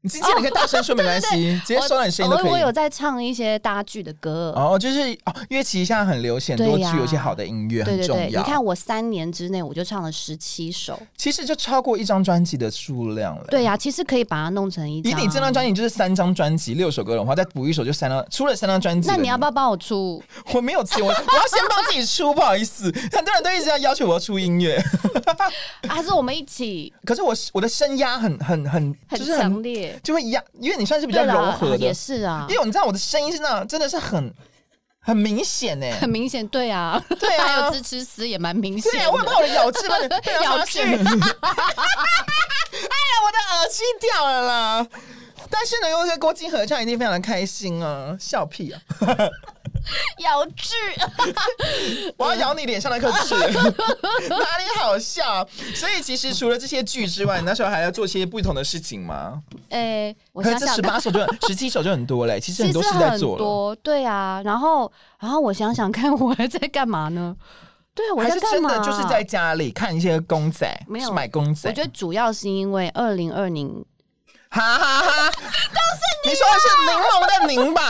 [SPEAKER 2] 你今天你可以大声说没
[SPEAKER 1] 哦
[SPEAKER 2] 关系，直接说你声音都
[SPEAKER 1] 我哦我
[SPEAKER 2] 可
[SPEAKER 1] 有
[SPEAKER 2] 以。
[SPEAKER 1] 在唱一些搭剧的歌，
[SPEAKER 2] 哦，就是哦，因为其实现在很流行，很多
[SPEAKER 1] 对呀
[SPEAKER 2] 剧有一些好的音乐
[SPEAKER 1] 对
[SPEAKER 2] 很
[SPEAKER 1] 对
[SPEAKER 2] 重
[SPEAKER 1] 对，你
[SPEAKER 2] 要。
[SPEAKER 1] 看我三年之内我就唱了十七首，
[SPEAKER 2] 其实就超过一张专辑的数量了。
[SPEAKER 1] 对呀、其实可以把它弄成一
[SPEAKER 2] 以
[SPEAKER 1] 张啊。
[SPEAKER 2] 你这张专辑就是三张专辑六首歌的话，再补一首就三张，出了三张专辑了。
[SPEAKER 1] 那你要不要帮我出？
[SPEAKER 2] 我没有钱，我 我要先帮自己出，不好意思，很多人都一直要要求我要出音乐，
[SPEAKER 1] 还啊是我们一起
[SPEAKER 2] 可是我我的声压很很很
[SPEAKER 1] 很
[SPEAKER 2] 就是
[SPEAKER 1] 强
[SPEAKER 2] 很
[SPEAKER 1] 烈？
[SPEAKER 2] 就会压，因为你算是比较
[SPEAKER 1] 对啦
[SPEAKER 2] 柔和的
[SPEAKER 1] 也，是啊
[SPEAKER 2] 因，为你知道我的声音是那真的是很很明显哎、
[SPEAKER 1] 很明显，对啊，
[SPEAKER 2] 对啊
[SPEAKER 1] 还有支持死也蛮明显
[SPEAKER 2] 对啊，我也
[SPEAKER 1] 的。
[SPEAKER 2] 怕我的咬字 被被人发现。哎
[SPEAKER 1] 咬
[SPEAKER 2] 呀，我哎的耳机掉了啦！但是呢，又跟郭靖合唱，一定非常的开心啊！笑屁啊！
[SPEAKER 1] 咬字，
[SPEAKER 2] 我要咬你脸上那颗痣， 哪里好笑？所以其实除了这些剧之外，你那时候还要做些不同的事情吗？
[SPEAKER 1] 哎，我
[SPEAKER 2] 可
[SPEAKER 1] 想
[SPEAKER 2] 是这
[SPEAKER 1] 想
[SPEAKER 2] 十
[SPEAKER 1] 看，
[SPEAKER 2] 八首就十七首就很多嘞、其实
[SPEAKER 1] 其
[SPEAKER 2] 很
[SPEAKER 1] 实
[SPEAKER 2] 多事在
[SPEAKER 1] 很
[SPEAKER 2] 做了。
[SPEAKER 1] 多，对啊。然后，然后我想想看，我还在干嘛呢？对啊，我
[SPEAKER 2] 还
[SPEAKER 1] 在
[SPEAKER 2] 是
[SPEAKER 1] 干
[SPEAKER 2] 真
[SPEAKER 1] 嘛
[SPEAKER 2] 的
[SPEAKER 1] 啊？
[SPEAKER 2] 就是在家里看一些公仔，
[SPEAKER 1] 没有
[SPEAKER 2] 买公仔
[SPEAKER 1] 我觉，得主要是因为二零二零，
[SPEAKER 2] 哈哈哈！都是你说的是柠檬的柠吧？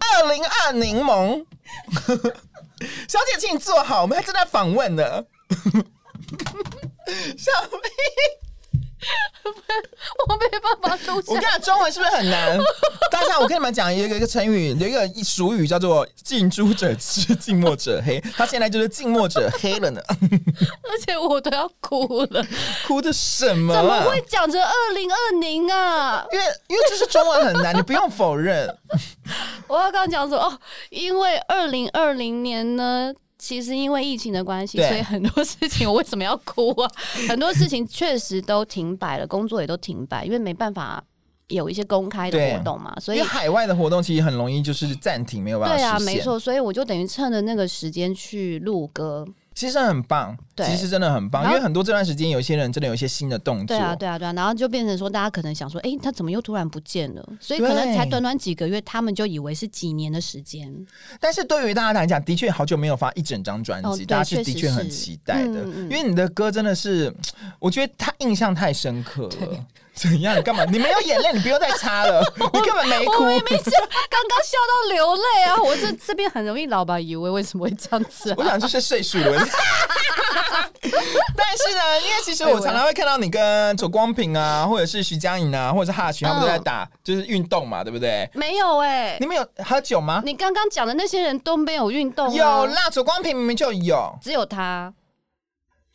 [SPEAKER 2] 二零二柠檬， 小姐，请你坐好，我们还正在访问呢。 小妹，
[SPEAKER 1] 我没办法录
[SPEAKER 2] 我
[SPEAKER 1] 下
[SPEAKER 2] 跟你。讲，中文是不是很 难？大家，我跟你们讲，有一个一个成语，有一个俗语叫做“近朱者赤，近墨者黑”。他现在就是近墨者黑 了呢，
[SPEAKER 1] 而且我都要哭了，
[SPEAKER 2] 哭的什么、
[SPEAKER 1] 怎么
[SPEAKER 2] 啊？
[SPEAKER 1] 会讲成二零二零啊？
[SPEAKER 2] 因为因为这是中文很难，你不用否认。
[SPEAKER 1] 我要刚刚讲说哦，因为二零二零年呢。其实因为疫情的关系，
[SPEAKER 2] 对
[SPEAKER 1] 所以很多事情我为什么要哭啊？ 很多事情确实都停摆了，工作也都停摆，因为没办法有一些公开的
[SPEAKER 2] 对
[SPEAKER 1] 活动嘛，所
[SPEAKER 2] 因
[SPEAKER 1] 以
[SPEAKER 2] 为海外的活动其实很容易就是暂停，没有办法
[SPEAKER 1] 对啊，
[SPEAKER 2] 实现
[SPEAKER 1] 没错，所以我就等于趁着那个时间去录歌，
[SPEAKER 2] 其实很棒，
[SPEAKER 1] 对
[SPEAKER 2] 其实真的很棒，
[SPEAKER 1] 然
[SPEAKER 2] 因
[SPEAKER 1] 后
[SPEAKER 2] 为很多这段时间有一些人真的有一些新的动作，
[SPEAKER 1] 对啊，对啊，对啊，然后就变成说，大家可能想说，哎、他怎么又突然不见了？所以
[SPEAKER 2] 对
[SPEAKER 1] 可能才短短几个月，他们就以为是几年的时间。
[SPEAKER 2] 但是对于大家来讲，的确好久没有发一整张专
[SPEAKER 1] 哦
[SPEAKER 2] 辑，
[SPEAKER 1] 对
[SPEAKER 2] 大家是
[SPEAKER 1] 确实
[SPEAKER 2] 的确很
[SPEAKER 1] 是
[SPEAKER 2] 期待的，
[SPEAKER 1] 嗯嗯
[SPEAKER 2] 因为你的歌真的是，我觉得他印象太深刻了。怎样？你干嘛？你没有眼泪，你不用再擦 了。你根本没哭。
[SPEAKER 1] 哦没笑，刚刚笑到流泪啊！我这这边很容易老吧，以为为什么会这样子、啊？
[SPEAKER 2] 我想这是岁数轮。但是呢，因为其
[SPEAKER 1] 哎
[SPEAKER 2] 实我常常会看到你跟左光平啊，或者是徐佳莹啊，或者是哈群，他们都在打
[SPEAKER 1] 嗯
[SPEAKER 2] 就是运动嘛，对不对？
[SPEAKER 1] 没有哎、
[SPEAKER 2] 你们有喝酒吗？
[SPEAKER 1] 你刚刚讲的那些人都没有运动、啊，
[SPEAKER 2] 有啦，左光平明明就有。
[SPEAKER 1] 只有他。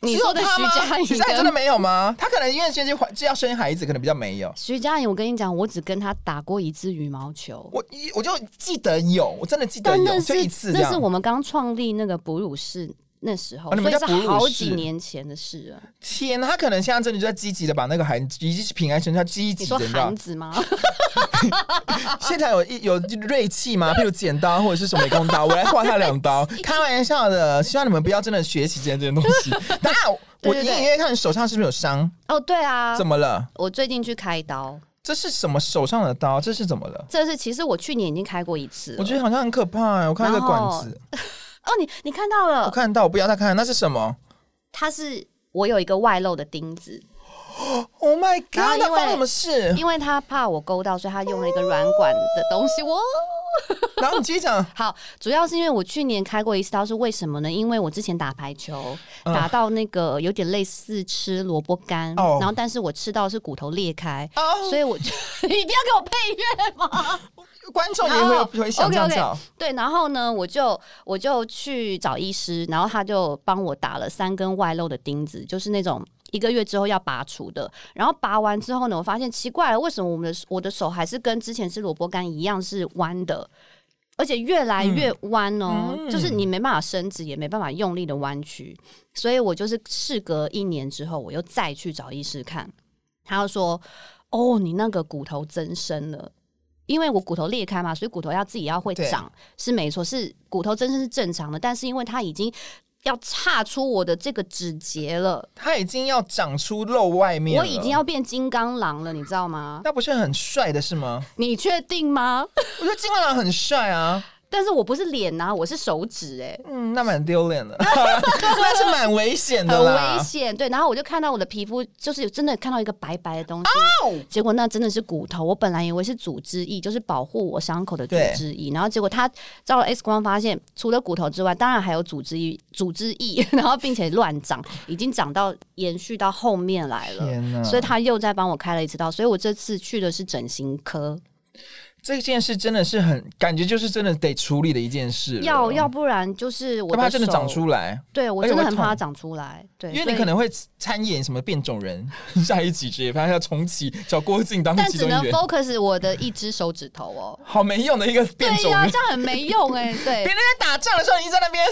[SPEAKER 1] 你
[SPEAKER 2] 只有
[SPEAKER 1] 说的
[SPEAKER 2] 他
[SPEAKER 1] 徐
[SPEAKER 2] 吗
[SPEAKER 1] 佳
[SPEAKER 2] 徐
[SPEAKER 1] 莹
[SPEAKER 2] 佳莹真
[SPEAKER 1] 跟
[SPEAKER 2] 的没有吗？他可能因为现在就要生孩子，可能比较没有。
[SPEAKER 1] 徐佳莹，我跟你讲，我只跟她打过一次羽毛球，
[SPEAKER 2] 我一我就记得有，我真的记得
[SPEAKER 1] 但那
[SPEAKER 2] 有，就是一次这
[SPEAKER 1] 那
[SPEAKER 2] 样。
[SPEAKER 1] 是我们刚创立那个哺乳室那时候，
[SPEAKER 2] 哦你
[SPEAKER 1] 所
[SPEAKER 2] 们
[SPEAKER 1] 以
[SPEAKER 2] 叫
[SPEAKER 1] 是
[SPEAKER 2] 哺乳
[SPEAKER 1] 好
[SPEAKER 2] 室
[SPEAKER 1] 几年前的事了。
[SPEAKER 2] 天啊，他可能现在真的就在积极的把那个孩子，已经是平安生，他积
[SPEAKER 1] 你
[SPEAKER 2] 极
[SPEAKER 1] 说
[SPEAKER 2] 的，你知道
[SPEAKER 1] 韩？子吗？
[SPEAKER 2] 现在有一有锐气吗？譬如剪刀或者是什么美工刀，我来划他两 刀。开玩笑的，希望你们不要真的学习这些这些东西。当然，我
[SPEAKER 1] 对对
[SPEAKER 2] 隐
[SPEAKER 1] 对
[SPEAKER 2] 隐约约看你手上是不是有伤？
[SPEAKER 1] 哦，对啊
[SPEAKER 2] 怎，么了？
[SPEAKER 1] 我最近去开刀，
[SPEAKER 2] 这是什么手上的刀？这是怎么了？
[SPEAKER 1] 这是其实我去年已经开过一次了。
[SPEAKER 2] 我觉得好像很可怕、欸我看到一个
[SPEAKER 1] 然后
[SPEAKER 2] 管子，
[SPEAKER 1] 哦，你你看到了
[SPEAKER 2] 我，看到，我不要再看，那是什么
[SPEAKER 1] 它是我有一个外露的 钉子，
[SPEAKER 2] ？Oh my god！
[SPEAKER 1] 然后因
[SPEAKER 2] 那
[SPEAKER 1] 为
[SPEAKER 2] 发生什么事？
[SPEAKER 1] 因为他怕我勾到，所以他用了一个软管的东西。我
[SPEAKER 2] 然后你继续讲。
[SPEAKER 1] 好，主要是因为我去年开过一次刀，是为什么呢？因为我之前打排球，
[SPEAKER 2] 嗯
[SPEAKER 1] 打到那个有点类似吃萝卜干，
[SPEAKER 2] 哦
[SPEAKER 1] 然后但是我吃到是骨头裂开。
[SPEAKER 2] 哦
[SPEAKER 1] 所以我就 一定要给我配乐吗？
[SPEAKER 2] 观众也会有
[SPEAKER 1] 哦
[SPEAKER 2] 回想这样
[SPEAKER 1] OK，OK
[SPEAKER 2] 照。
[SPEAKER 1] 对，然后呢，我就我就去找医师，然后他就帮我打了三根外露的钉子，就是那种一个月之后要拔除的。然后拔完之后呢，我发现奇怪了，为什么我们的我的手还是跟之前吃萝卜干一样是弯的？而且越来越弯哦，
[SPEAKER 2] 嗯
[SPEAKER 1] 就是你没办法伸直，也没办法用力的弯曲，所以我就是事隔一年之后，我又再去找医师看，他就说：“哦，你那个骨头增生了。”因为我骨头裂开嘛，所以骨头要自己要会
[SPEAKER 2] 对
[SPEAKER 1] 长，是没错，是骨头增生是正常的，但是因为它已经要岔出我的这个指节了，
[SPEAKER 2] 他已经要长出肉外面了，
[SPEAKER 1] 我已经要变金刚狼了，你知道吗？
[SPEAKER 2] 那不是很帅的是吗？
[SPEAKER 1] 你确定吗？
[SPEAKER 2] 我觉得金刚狼很帅啊，
[SPEAKER 1] 但是我不是脸啊，我是手指哎、
[SPEAKER 2] 嗯，那蛮丢 脸的，那是蛮危险的
[SPEAKER 1] 很
[SPEAKER 2] 啦。
[SPEAKER 1] 危险，对。然后我就看到我的皮肤，就是真的看到一个白白的东西，
[SPEAKER 2] 哦
[SPEAKER 1] 结果那真的是骨头。我本来以为是组织液，就是保护我伤口的组
[SPEAKER 2] 对
[SPEAKER 1] 织液，然后结果他照了 X 光发现，除了骨头之外，当然还有组织液，组织液， 然后并且乱长，已经长到延续到后面来了。
[SPEAKER 2] 天哪！
[SPEAKER 1] 所以他又再帮我开了一次刀，所以我这次去的是整形科，
[SPEAKER 2] 这件事真的是很感觉就是真的得处理的一件事了，
[SPEAKER 1] 要要不然就是我
[SPEAKER 2] 要不然它
[SPEAKER 1] 的
[SPEAKER 2] 哦真的
[SPEAKER 1] 手
[SPEAKER 2] 长，出哎来，
[SPEAKER 1] 对我
[SPEAKER 2] 而且
[SPEAKER 1] 真的
[SPEAKER 2] 会
[SPEAKER 1] 很怕它
[SPEAKER 2] 痛
[SPEAKER 1] 长出来，对，
[SPEAKER 2] 因为
[SPEAKER 1] 所
[SPEAKER 2] 你
[SPEAKER 1] 以
[SPEAKER 2] 可能会参演什么变种人 下一集之类，反正要重启，找郭靖当
[SPEAKER 1] 但
[SPEAKER 2] 其
[SPEAKER 1] 只
[SPEAKER 2] 中
[SPEAKER 1] 能
[SPEAKER 2] 一员，
[SPEAKER 1] focus 我的一只手指头哦，
[SPEAKER 2] 好没用的一个变
[SPEAKER 1] 对
[SPEAKER 2] 种
[SPEAKER 1] 呀、
[SPEAKER 2] 人。
[SPEAKER 1] 这样很没用 哎、对
[SPEAKER 2] 别人，在打仗的时候，你一直在那 边，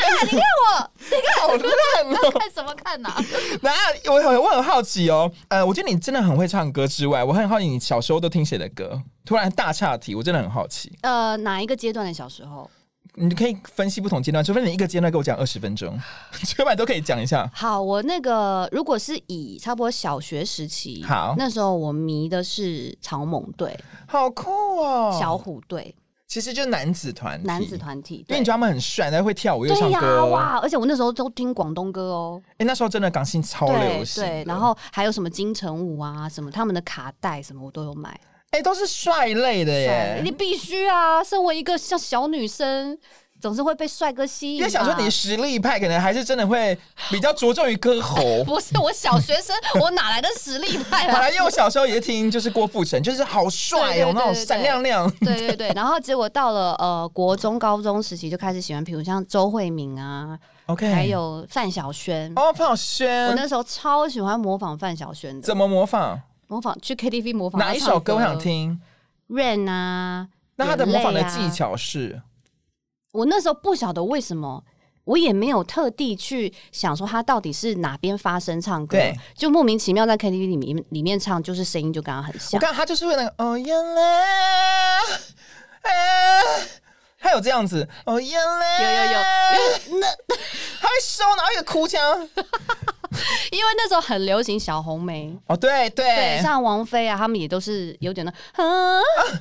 [SPEAKER 2] 好烂哦！
[SPEAKER 1] 看什么 看呐、
[SPEAKER 2] 然后我很我很好奇哦，呃，我觉得你真的很会唱歌之外，我很好奇你小时候都听谁的歌。突然大岔题，我真的很好奇，
[SPEAKER 1] 呃，哪一个阶段的小时候？
[SPEAKER 2] 你可以分析不同阶段，除非你一个阶段给我讲二十分钟， 全版都可以讲一下。
[SPEAKER 1] 好，我那个如果是以差不多小学时期，
[SPEAKER 2] 好
[SPEAKER 1] 那时候我迷的是草蜢队、
[SPEAKER 2] 好酷哦！
[SPEAKER 1] 小虎队、
[SPEAKER 2] 其实就男子团，
[SPEAKER 1] 男子，团体，
[SPEAKER 2] 因为
[SPEAKER 1] 对
[SPEAKER 2] 你觉得他们很帅，然后会跳舞又唱
[SPEAKER 1] 对呀、
[SPEAKER 2] 歌。哎、
[SPEAKER 1] 哇！而且我那时候都听广东歌哦，
[SPEAKER 2] 那时候真的港星超流
[SPEAKER 1] 对
[SPEAKER 2] 行的，
[SPEAKER 1] 对，然后还有什么金城武啊，什么他们的卡带什么我都有买，
[SPEAKER 2] 哎、都是帅类的
[SPEAKER 1] 对，
[SPEAKER 2] 耶
[SPEAKER 1] 你。必须啊，身为一个像小女生，总是会被帅哥吸引
[SPEAKER 2] 因
[SPEAKER 1] 吧。
[SPEAKER 2] 为想说你实力派，可能还是真的会比较着重于歌 喉。
[SPEAKER 1] 不是我小学生，我哪来的实力派
[SPEAKER 2] 本
[SPEAKER 1] 啊？
[SPEAKER 2] 来因为我小时候也听，就是郭富城，就是好帅哦，
[SPEAKER 1] 对对对
[SPEAKER 2] 那种
[SPEAKER 1] 对
[SPEAKER 2] 闪亮亮。
[SPEAKER 1] 对对对，然后结果到了呃国中、高中时期就开始喜欢，比如像周慧敏啊，
[SPEAKER 2] OK，
[SPEAKER 1] 还有范晓萱。
[SPEAKER 2] 哦，范晓
[SPEAKER 1] 我
[SPEAKER 2] 萱
[SPEAKER 1] 那时候超喜欢模仿范晓萱的，
[SPEAKER 2] 怎么模仿？
[SPEAKER 1] 模仿去 KTV 模仿
[SPEAKER 2] 哪一首歌我想听？
[SPEAKER 1] ？Rain 啊，
[SPEAKER 2] 那他的模仿的
[SPEAKER 1] 眼泪啊
[SPEAKER 2] 技，巧是
[SPEAKER 1] 我那时候不晓得为什么。我也没有特地去想说他到底是哪边发声唱歌
[SPEAKER 2] 对，
[SPEAKER 1] 就莫名其妙在 KTV 里面里面唱，就是声音就跟他很
[SPEAKER 2] 我
[SPEAKER 1] 像。
[SPEAKER 2] 哎看他就是会那个哦眼泪，哎，他他有这样子，哦，眼泪，
[SPEAKER 1] 有有有，因为那
[SPEAKER 2] 他会收，然后一个哭腔，
[SPEAKER 1] 因为那时候很流行小红梅，
[SPEAKER 2] 哦，对对
[SPEAKER 1] 对，，像王菲啊，他们也都是有点那，啊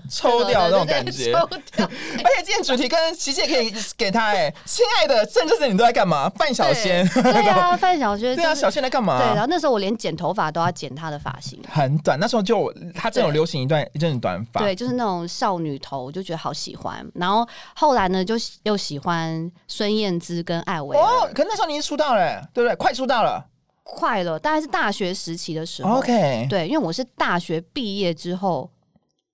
[SPEAKER 2] 抽掉那种感觉。
[SPEAKER 1] 对对对抽掉。
[SPEAKER 2] 而且今天主题跟琪琪也可以给他哎、亲爱的，这就是你都在干嘛？范小仙，
[SPEAKER 1] 对啊，范晓萱、就
[SPEAKER 2] 对啊，
[SPEAKER 1] 是
[SPEAKER 2] 小仙在干嘛、
[SPEAKER 1] 对，然后那时候我连剪头发都要剪她的发型，
[SPEAKER 2] 很短，那时候就他这种流行一段一阵子短发，
[SPEAKER 1] 对，就是那种少女头，我就觉得好喜欢。然后后来呢，就又喜欢孙燕姿跟艾薇儿，
[SPEAKER 2] 哦，可那时候你已经出道了、对不对？快出道了
[SPEAKER 1] 快了，大概是大学时期的时候。
[SPEAKER 2] 哦，OK，
[SPEAKER 1] 对，因为我是大学毕业之后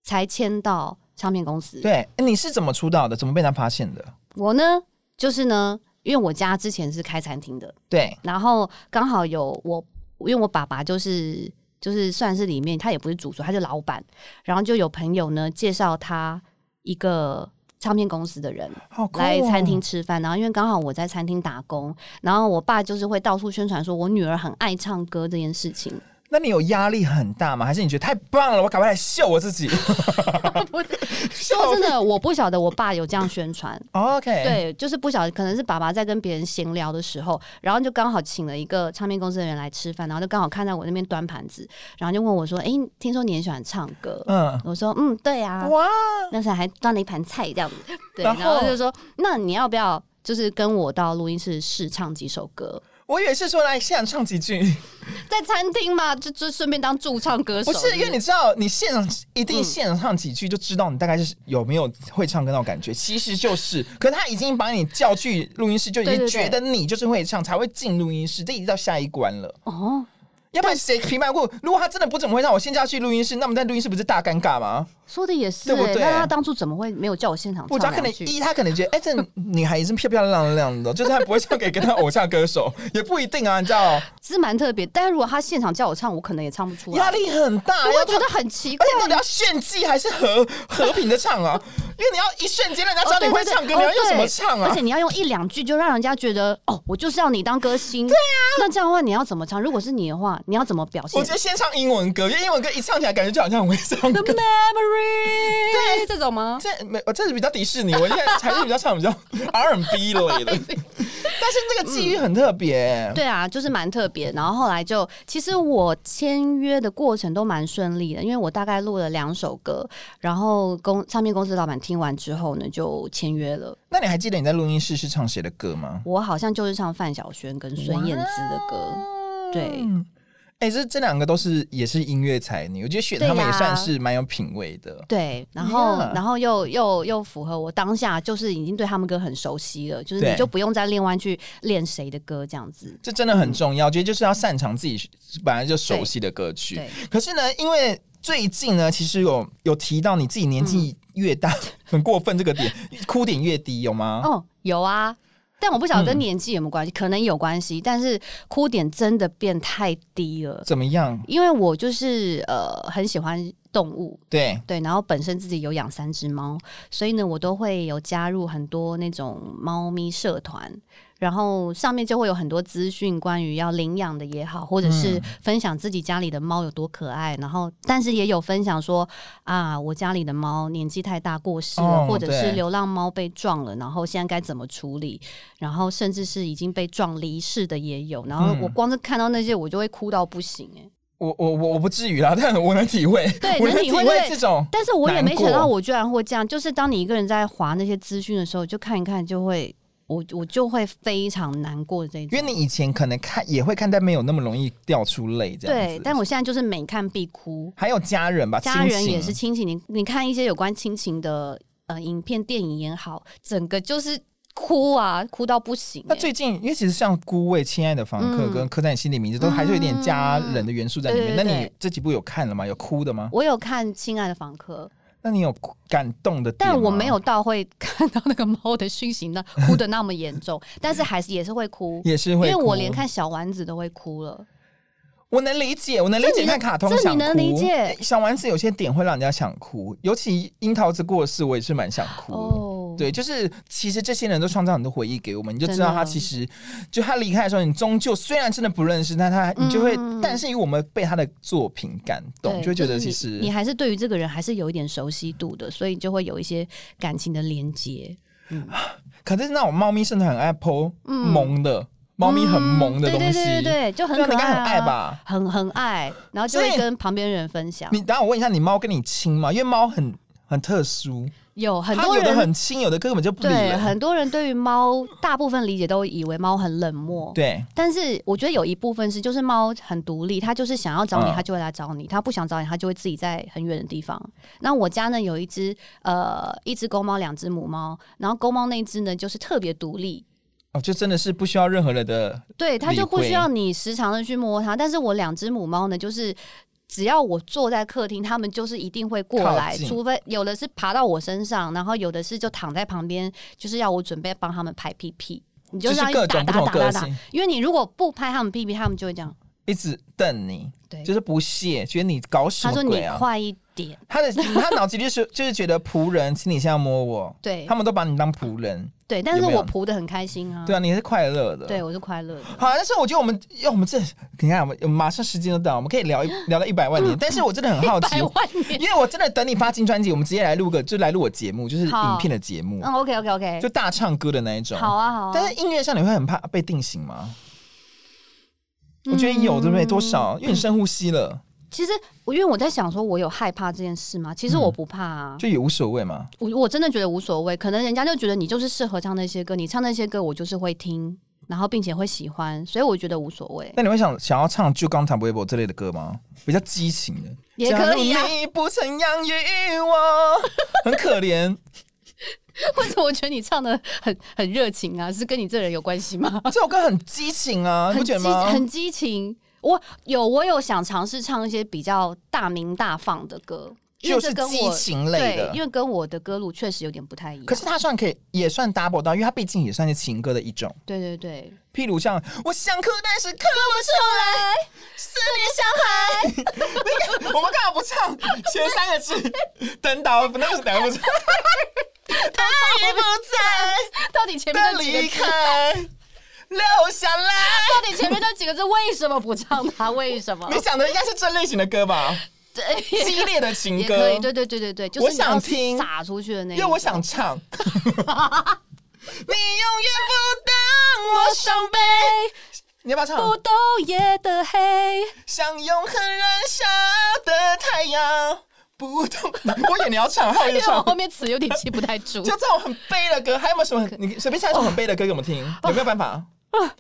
[SPEAKER 1] 才签到唱片公司。
[SPEAKER 2] 对，诶你是怎么出道的？怎么被他发现的？
[SPEAKER 1] 我呢，就是呢，因为我家之前是开餐厅的，
[SPEAKER 2] 对，
[SPEAKER 1] 然后刚好有我，因为我爸爸就是就是算是里面他也不是主厨，他是老板，然后就有朋友呢介绍他一个唱片公司的人。
[SPEAKER 2] 好酷哦
[SPEAKER 1] 来餐厅，吃饭，然后因为刚好我在餐厅打工，然后我爸就是会到处宣传说我女儿很爱唱歌这件事情。
[SPEAKER 2] 那你有压力很大吗？还是你觉得太棒了，我赶快来秀我自 己
[SPEAKER 1] 不是，说真的，我不晓得我爸有这样宣传，
[SPEAKER 2] ？OK，，
[SPEAKER 1] 对，就是不晓得，可能是爸爸在跟别人闲聊的时候，然后就刚好请了一个唱片公司的人来吃饭，然后就刚好看到我那边端盘子，然后就问我说：“哎、听说你很喜欢唱歌？”
[SPEAKER 2] 嗯，
[SPEAKER 1] 我说：“嗯，对啊。
[SPEAKER 2] 哇，”
[SPEAKER 1] 那时候还端了一盘菜这样子，对，
[SPEAKER 2] 然
[SPEAKER 1] 然
[SPEAKER 2] 后
[SPEAKER 1] 后就说：“那你要不要就是跟我到录音室试唱几首歌？
[SPEAKER 2] 我以为是说来现场唱几句，
[SPEAKER 1] 在餐厅嘛，就就顺便当驻唱歌手。
[SPEAKER 2] 不是，因为你知道，你现场一定现场唱几句就知道你大概是有没有会唱歌那种感觉，其实就是， 可是他已经把你叫去录音室，就已
[SPEAKER 1] 对
[SPEAKER 2] 经
[SPEAKER 1] 对对
[SPEAKER 2] 觉得你就是会唱，才会进录音室，这已经到下一关了。
[SPEAKER 1] 哦，
[SPEAKER 2] 要不然谁评判过？如果他真的不怎么会唱，我现在要去录音室，那么在录音室不是大尴尬吗？
[SPEAKER 1] 说的也是、
[SPEAKER 2] 对
[SPEAKER 1] 欸，
[SPEAKER 2] 不对
[SPEAKER 1] 那他当初怎么会没有叫我现场
[SPEAKER 2] 我觉
[SPEAKER 1] 唱
[SPEAKER 2] 得他可
[SPEAKER 1] 两
[SPEAKER 2] 能
[SPEAKER 1] 句？
[SPEAKER 2] 一，他可能觉得，哎、这女孩也是漂漂亮亮的，就是他不会唱给跟他偶像歌手，也不一定啊，你知道，
[SPEAKER 1] 是蛮特别，但如果他现场叫我 唱，我可能也唱不出
[SPEAKER 2] 压
[SPEAKER 1] 来。
[SPEAKER 2] 力很大，
[SPEAKER 1] 我
[SPEAKER 2] 要
[SPEAKER 1] 会
[SPEAKER 2] 不
[SPEAKER 1] 觉得很奇怪欸
[SPEAKER 2] 而且，到底要炫技还是和和平的唱啊？因为你要一瞬间让人家知道你会唱歌，你
[SPEAKER 1] 哦对
[SPEAKER 2] 要
[SPEAKER 1] 对对
[SPEAKER 2] 用什么唱
[SPEAKER 1] 而
[SPEAKER 2] 啊
[SPEAKER 1] 且？你要用一两句就让人家觉得哦，我就是要你当歌星。对啊，那这样的话你要怎么唱？如果是你的话，你要怎么表现
[SPEAKER 2] 我觉得先唱英文歌，因为英文歌一唱起来感觉就好像很会唱
[SPEAKER 1] ？The
[SPEAKER 2] 歌。
[SPEAKER 1] memory，对这种吗？
[SPEAKER 2] 这没，我这是比较迪士尼，我现在还是比较唱比较 R&B 类的。但是这个际遇很特别，
[SPEAKER 1] 对啊，就是蛮特别。然后后来就，其实我签约的过程都蛮顺利的，因为我大概录了两首歌，然后公唱片公司老板听完之后呢，就签约了。
[SPEAKER 2] 那你还记得你在录音室是唱谁的歌吗？
[SPEAKER 1] 我好像就是唱范晓萱跟孙燕姿的歌，对
[SPEAKER 2] 嗯。哎、这这两个都是也是音乐才女，我觉得选
[SPEAKER 1] 对
[SPEAKER 2] 他们也
[SPEAKER 1] 呀
[SPEAKER 2] 算是蛮有品味的。
[SPEAKER 1] 对，然后
[SPEAKER 2] Yeah
[SPEAKER 1] 然后又又又符合我当下，就是已经对他们歌很熟悉了，就是
[SPEAKER 2] 对
[SPEAKER 1] 你就不用再另外去练谁的歌这样子。
[SPEAKER 2] 这真的很重要，我觉得就是要擅长自己本来就熟悉的歌曲
[SPEAKER 1] 嗯对。
[SPEAKER 2] 可是呢，因为最近呢，其实有有提到你自己年
[SPEAKER 1] 嗯
[SPEAKER 2] 纪越大，很过分这个 点，哭点越低，有吗？
[SPEAKER 1] 哦，有啊，但我不晓得跟年纪有没有关系，可能有关系，但是哭点真的变太低了。
[SPEAKER 2] 怎么样？
[SPEAKER 1] 因为我就是呃很喜欢动物，
[SPEAKER 2] 对，
[SPEAKER 1] 对，然后本身自己有养三只猫，所以呢，我都会有加入很多那种猫咪社团，然后上面就会有很多资讯，关于要领养的也好，或者
[SPEAKER 2] 嗯
[SPEAKER 1] 是分享自己家里的猫有多可爱，然后但是也有分享说啊，我家里的猫年纪太大过世了，
[SPEAKER 2] 哦
[SPEAKER 1] 或者
[SPEAKER 2] 对
[SPEAKER 1] 是流浪猫被撞了，然后现在该怎么处理，然后甚至是已经被撞离世的也有，然后
[SPEAKER 2] 嗯
[SPEAKER 1] 我光是看到那些，我就会哭到不行哎、欸
[SPEAKER 2] 我我我我不至于啦，但我能体会，
[SPEAKER 1] 对
[SPEAKER 2] 我能
[SPEAKER 1] 能
[SPEAKER 2] 体
[SPEAKER 1] 体会对
[SPEAKER 2] 这种。
[SPEAKER 1] 但是我也
[SPEAKER 2] 难
[SPEAKER 1] 没想
[SPEAKER 2] 过
[SPEAKER 1] 到我居然会这样，就是当你一个人在划那些资讯的时候，就看一看就会，我我就会非常难过这一
[SPEAKER 2] 因
[SPEAKER 1] 种。
[SPEAKER 2] 为你以前可能看也会看，但没有那么容易掉出泪这样子。啊
[SPEAKER 1] 对，但我现在就是每看必哭，
[SPEAKER 2] 还有家人吧，
[SPEAKER 1] 家人也是
[SPEAKER 2] 亲情
[SPEAKER 1] 亲情，你你看一些有关亲情的呃影片、电影也好，整个就是哭啊，哭到不行、
[SPEAKER 2] 那
[SPEAKER 1] 欸
[SPEAKER 2] 最近，因为其实像《孤味》《亲爱的房客》
[SPEAKER 1] 嗯
[SPEAKER 2] 跟《刻在你心里名字》都还是有一点家人的元素在里面。
[SPEAKER 1] 嗯
[SPEAKER 2] 那
[SPEAKER 1] 对对
[SPEAKER 2] 你
[SPEAKER 1] 对
[SPEAKER 2] 这几部有看了吗？有哭的吗？
[SPEAKER 1] 我有看《亲爱的房客》，
[SPEAKER 2] 那你有哭感动的点吗
[SPEAKER 1] 但我没，有到会看到那个猫的讯 息那哭的那么严重，但是还是也是会哭，
[SPEAKER 2] 也是
[SPEAKER 1] 因
[SPEAKER 2] 会哭，
[SPEAKER 1] 为我连看小丸子都会哭了。
[SPEAKER 2] 我能理解，我能理
[SPEAKER 1] 这
[SPEAKER 2] 解
[SPEAKER 1] 你
[SPEAKER 2] 看
[SPEAKER 1] 能
[SPEAKER 2] 卡通
[SPEAKER 1] 这你
[SPEAKER 2] 想哭，
[SPEAKER 1] 能理解
[SPEAKER 2] 小丸子有些点会让人家想哭，尤其樱桃子过世，我也是蛮想哭的。
[SPEAKER 1] 哦，
[SPEAKER 2] 对，就是其实这些人都创造很多回忆给我们，你就知道
[SPEAKER 1] 真的
[SPEAKER 2] 他其实就他离开的时候，你终究虽然真的不认识，但他你就会，
[SPEAKER 1] 嗯
[SPEAKER 2] 但是因为我们被他的作品感动，
[SPEAKER 1] 对
[SPEAKER 2] 就会觉得
[SPEAKER 1] 是
[SPEAKER 2] 其
[SPEAKER 1] 你
[SPEAKER 2] 实
[SPEAKER 1] 你还是对于这个人还是有一点熟悉度的，所以就会有一些感情的连接。
[SPEAKER 2] 可是那种猫咪甚至很爱剖萌的，猫、咪很萌的东西，
[SPEAKER 1] 嗯对对对对对，就很
[SPEAKER 2] 那
[SPEAKER 1] 可
[SPEAKER 2] 应该
[SPEAKER 1] 爱、啊，
[SPEAKER 2] 很爱？吧？
[SPEAKER 1] 很很爱，然后就会
[SPEAKER 2] 所以
[SPEAKER 1] 跟旁边人分享。
[SPEAKER 2] 你等下我问一下，你猫跟你亲吗？因为猫很很特殊，
[SPEAKER 1] 有很
[SPEAKER 2] 它
[SPEAKER 1] 多
[SPEAKER 2] 有的
[SPEAKER 1] 人
[SPEAKER 2] 很亲，有的根本就不理
[SPEAKER 1] 对，
[SPEAKER 2] 人。
[SPEAKER 1] 很多人对于猫，大部分理解都以为猫很冷漠。
[SPEAKER 2] 对
[SPEAKER 1] 但是我觉得有一部分是，就是猫很独立，它就是想要找你，
[SPEAKER 2] 嗯
[SPEAKER 1] 它就会来找你；它不想找你，它就会自己在很远的地方。那我家呢有一只呃一只公猫，两只母猫，然后公猫那只呢就是特别独立，
[SPEAKER 2] 哦，就真的是不需要任何人的
[SPEAKER 1] 对，它
[SPEAKER 2] 理
[SPEAKER 1] 就不
[SPEAKER 2] 会
[SPEAKER 1] 需要你时常的去摸它。但是我两只母猫呢，就是。只要我坐在客厅，它们就是一定会过
[SPEAKER 2] 靠
[SPEAKER 1] 来，
[SPEAKER 2] 近
[SPEAKER 1] 除非有的是爬到我身上，然后有的是就躺在旁边，就是要我准备帮它们拍屁屁。你
[SPEAKER 2] 就
[SPEAKER 1] 就是让
[SPEAKER 2] 各
[SPEAKER 1] 打
[SPEAKER 2] 种不
[SPEAKER 1] 打
[SPEAKER 2] 同
[SPEAKER 1] 打
[SPEAKER 2] 个
[SPEAKER 1] 打打
[SPEAKER 2] 性，
[SPEAKER 1] 因为你如果不拍它们屁屁，它们就会这样。
[SPEAKER 2] 一直瞪你，
[SPEAKER 1] 对，
[SPEAKER 2] 就是不屑，觉得你搞什
[SPEAKER 1] 他说
[SPEAKER 2] 么
[SPEAKER 1] 你
[SPEAKER 2] 鬼啊？
[SPEAKER 1] 快一点，
[SPEAKER 2] 他的他脑子里就是就是觉得仆人，请你现在摸我，
[SPEAKER 1] 对
[SPEAKER 2] 他们都把你当仆人，
[SPEAKER 1] 对，但是
[SPEAKER 2] 有没有
[SPEAKER 1] 我扑的很开心啊，
[SPEAKER 2] 对啊，你是快乐的，
[SPEAKER 1] 对。我是 快乐的，
[SPEAKER 2] 好、啊，但是我觉得我们，因为我们这，你看，我们马上时间都到，我们可以聊一聊到一百万 年。但是我真的很好奇
[SPEAKER 1] 百，万年。
[SPEAKER 2] 因为我真的等你发新专辑，我们直接来录个，就来录我节目，就是
[SPEAKER 1] 好
[SPEAKER 2] 影片的节目，
[SPEAKER 1] 嗯，OK OK OK，
[SPEAKER 2] 就大唱歌的那一种。
[SPEAKER 1] 好啊好啊。
[SPEAKER 2] 但是音乐上你会很怕被定型吗？
[SPEAKER 1] 嗯
[SPEAKER 2] 我觉得有，对不对？多少？因为你深呼吸了，
[SPEAKER 1] 其实我因为我在想说，我有害怕这件事吗？其
[SPEAKER 2] 嗯
[SPEAKER 1] 实我不怕啊，
[SPEAKER 2] 就也无所谓嘛。
[SPEAKER 1] 我我真的觉得无所谓。可能人家就觉得你就是适合唱那些歌，你唱那些歌我就是会听，然后并且会喜欢，所以我觉得无所谓。
[SPEAKER 2] 那你会想想要唱《就刚弹不微博》这类的歌吗？比较激情的，
[SPEAKER 1] 也可以啊
[SPEAKER 2] 假如你不曾养育我，很可 怜。
[SPEAKER 1] 为什么我觉得你唱的很很热情啊？是跟你这人有关系吗？
[SPEAKER 2] 这首歌很激情啊，你
[SPEAKER 1] 很
[SPEAKER 2] 不觉
[SPEAKER 1] 激
[SPEAKER 2] 得吗？
[SPEAKER 1] 很激情。我有我有想尝试唱一些比较大鸣大放的歌，因为
[SPEAKER 2] 就
[SPEAKER 1] 这
[SPEAKER 2] 是
[SPEAKER 1] 跟
[SPEAKER 2] 激
[SPEAKER 1] 我
[SPEAKER 2] 情类
[SPEAKER 1] 对，因
[SPEAKER 2] 的。
[SPEAKER 1] 为跟我的歌路确实有点不太一样。
[SPEAKER 2] 可是它算可以，也算 double 到，因为它毕竟也算是情歌的一种。
[SPEAKER 1] 对对对，
[SPEAKER 2] 譬如像我想哭，但是哭不出来，思念小孩。你看，我们干嘛不唱前三个字？等到那个是哪个不是？他已不
[SPEAKER 1] 到底前面
[SPEAKER 2] 在
[SPEAKER 1] 那
[SPEAKER 2] 的
[SPEAKER 1] 几个
[SPEAKER 2] 离
[SPEAKER 1] 字，
[SPEAKER 2] 开，留下来。
[SPEAKER 1] 到底前面那几个字为什么不唱它？为什么？
[SPEAKER 2] 你想的应该是这类型的歌吧？
[SPEAKER 1] 对，
[SPEAKER 2] 激烈的情
[SPEAKER 1] 也可
[SPEAKER 2] 歌
[SPEAKER 1] 以，，对对对对对，就是
[SPEAKER 2] 我
[SPEAKER 1] 你要
[SPEAKER 2] 想听
[SPEAKER 1] 撒出去的那一
[SPEAKER 2] 因
[SPEAKER 1] 种，
[SPEAKER 2] 为我想 唱。你永远不当我伤悲，你要不要唱？
[SPEAKER 1] 不懂夜的
[SPEAKER 2] 哎
[SPEAKER 1] 黑，
[SPEAKER 2] 像永恒燃烧的太阳，不懂。 我以为你要唱，还有
[SPEAKER 1] 因
[SPEAKER 2] 你
[SPEAKER 1] 为我
[SPEAKER 2] 唱，
[SPEAKER 1] 后面词有点记不太 住
[SPEAKER 2] 就。这种很悲的歌，还有没有什么很？你随便唱一首很悲的歌给我们听，有没有办法？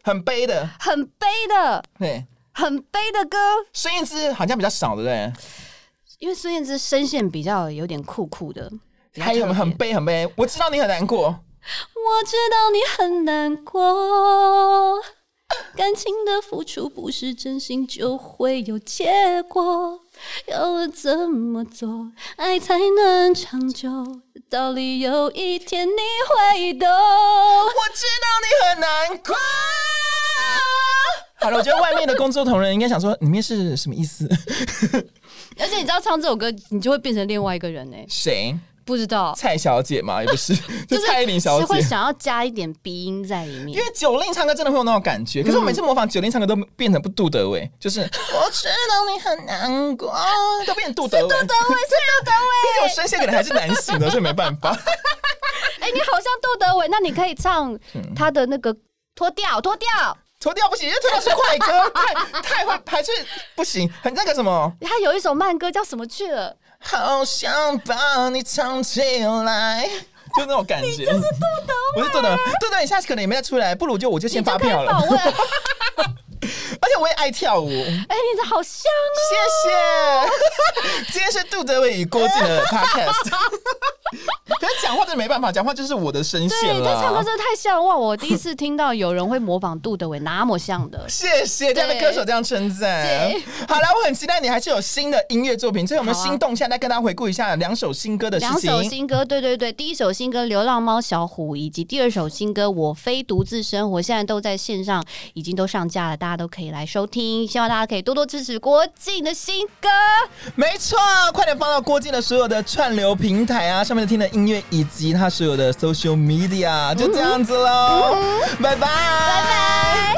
[SPEAKER 2] 很悲的，
[SPEAKER 1] 很悲的，
[SPEAKER 2] 对。
[SPEAKER 1] 很悲的歌，
[SPEAKER 2] 孙燕姿好像比较少，对不对？
[SPEAKER 1] 因为孙燕姿声线比较有点酷酷的，比较
[SPEAKER 2] 还有
[SPEAKER 1] 特别
[SPEAKER 2] 很悲很悲，我知道你很难过，
[SPEAKER 1] 我知道你很难过，感情的付出不是真心就会有结果。要我怎么做，爱才能长久？道理有一天你会懂。
[SPEAKER 2] 我知道你很难过。好了，我觉得外面的工作同仁应该想说，里面是什么意思？
[SPEAKER 1] 而且你知道，唱这首歌，你就会变成另外一个人呢、欸
[SPEAKER 2] 谁？
[SPEAKER 1] 不知道，
[SPEAKER 2] 蔡小姐嘛，也不是， 就蔡依林小
[SPEAKER 1] 是
[SPEAKER 2] 姐
[SPEAKER 1] 会。想要加一点鼻音在里
[SPEAKER 2] 因。
[SPEAKER 1] 面
[SPEAKER 2] 为九令唱歌真的会有那种感觉，可是我每次模仿九令唱歌都变成不杜德伟，就是嗯 我知道你很难过，都变成杜德伟。杜德伟是杜德伟，因为我声线可能还是男性的，所以没办法。
[SPEAKER 1] 哎、你好像杜德伟，那你可以唱他的那个脱掉，脱掉。
[SPEAKER 2] 脱掉不行，因为脱掉是快歌，太太会还是不行，很那个什么。
[SPEAKER 1] 他有一首慢歌叫什么去了？
[SPEAKER 2] 好想把你藏起来，就那种感觉。就是杜德，我是杜德，杜德，你下次可能也没再出来，不如就我就先
[SPEAKER 1] 你就
[SPEAKER 2] 发
[SPEAKER 1] 可以
[SPEAKER 2] 票
[SPEAKER 1] 访
[SPEAKER 2] 了。
[SPEAKER 1] 问。
[SPEAKER 2] 而且我也爱跳舞。
[SPEAKER 1] 哎、你这好像啊！
[SPEAKER 2] 谢谢。今天是杜德伟与郭靖的 podcast。可是讲话真的没办法，讲话 就是我的声线
[SPEAKER 1] 对，他唱歌
[SPEAKER 2] 了。。
[SPEAKER 1] 真的太像哇！我第一次听到有人会模仿杜德伟那么像的
[SPEAKER 2] 谢谢这样的歌手这样称赞
[SPEAKER 1] 对。
[SPEAKER 2] 好了，我很期待你还是有新的音乐作品，所以我们
[SPEAKER 1] 好啊
[SPEAKER 2] 心动一下，再跟大家回顾一下两首新歌的事
[SPEAKER 1] 两首
[SPEAKER 2] 情。
[SPEAKER 1] 新歌，对对对，第一首新歌《流浪猫小虎》，以及第二首新歌《我非独自生活》，现在都在线上已经都上架了，大家都可以来收听。希望大家可以多多支持国境的新歌。
[SPEAKER 2] 没错，快点放到郭靖的所有的串流平台啊，上面听的音乐以
[SPEAKER 1] 嗯
[SPEAKER 2] 及他所有的 social media，就这样子喽，拜拜，拜拜。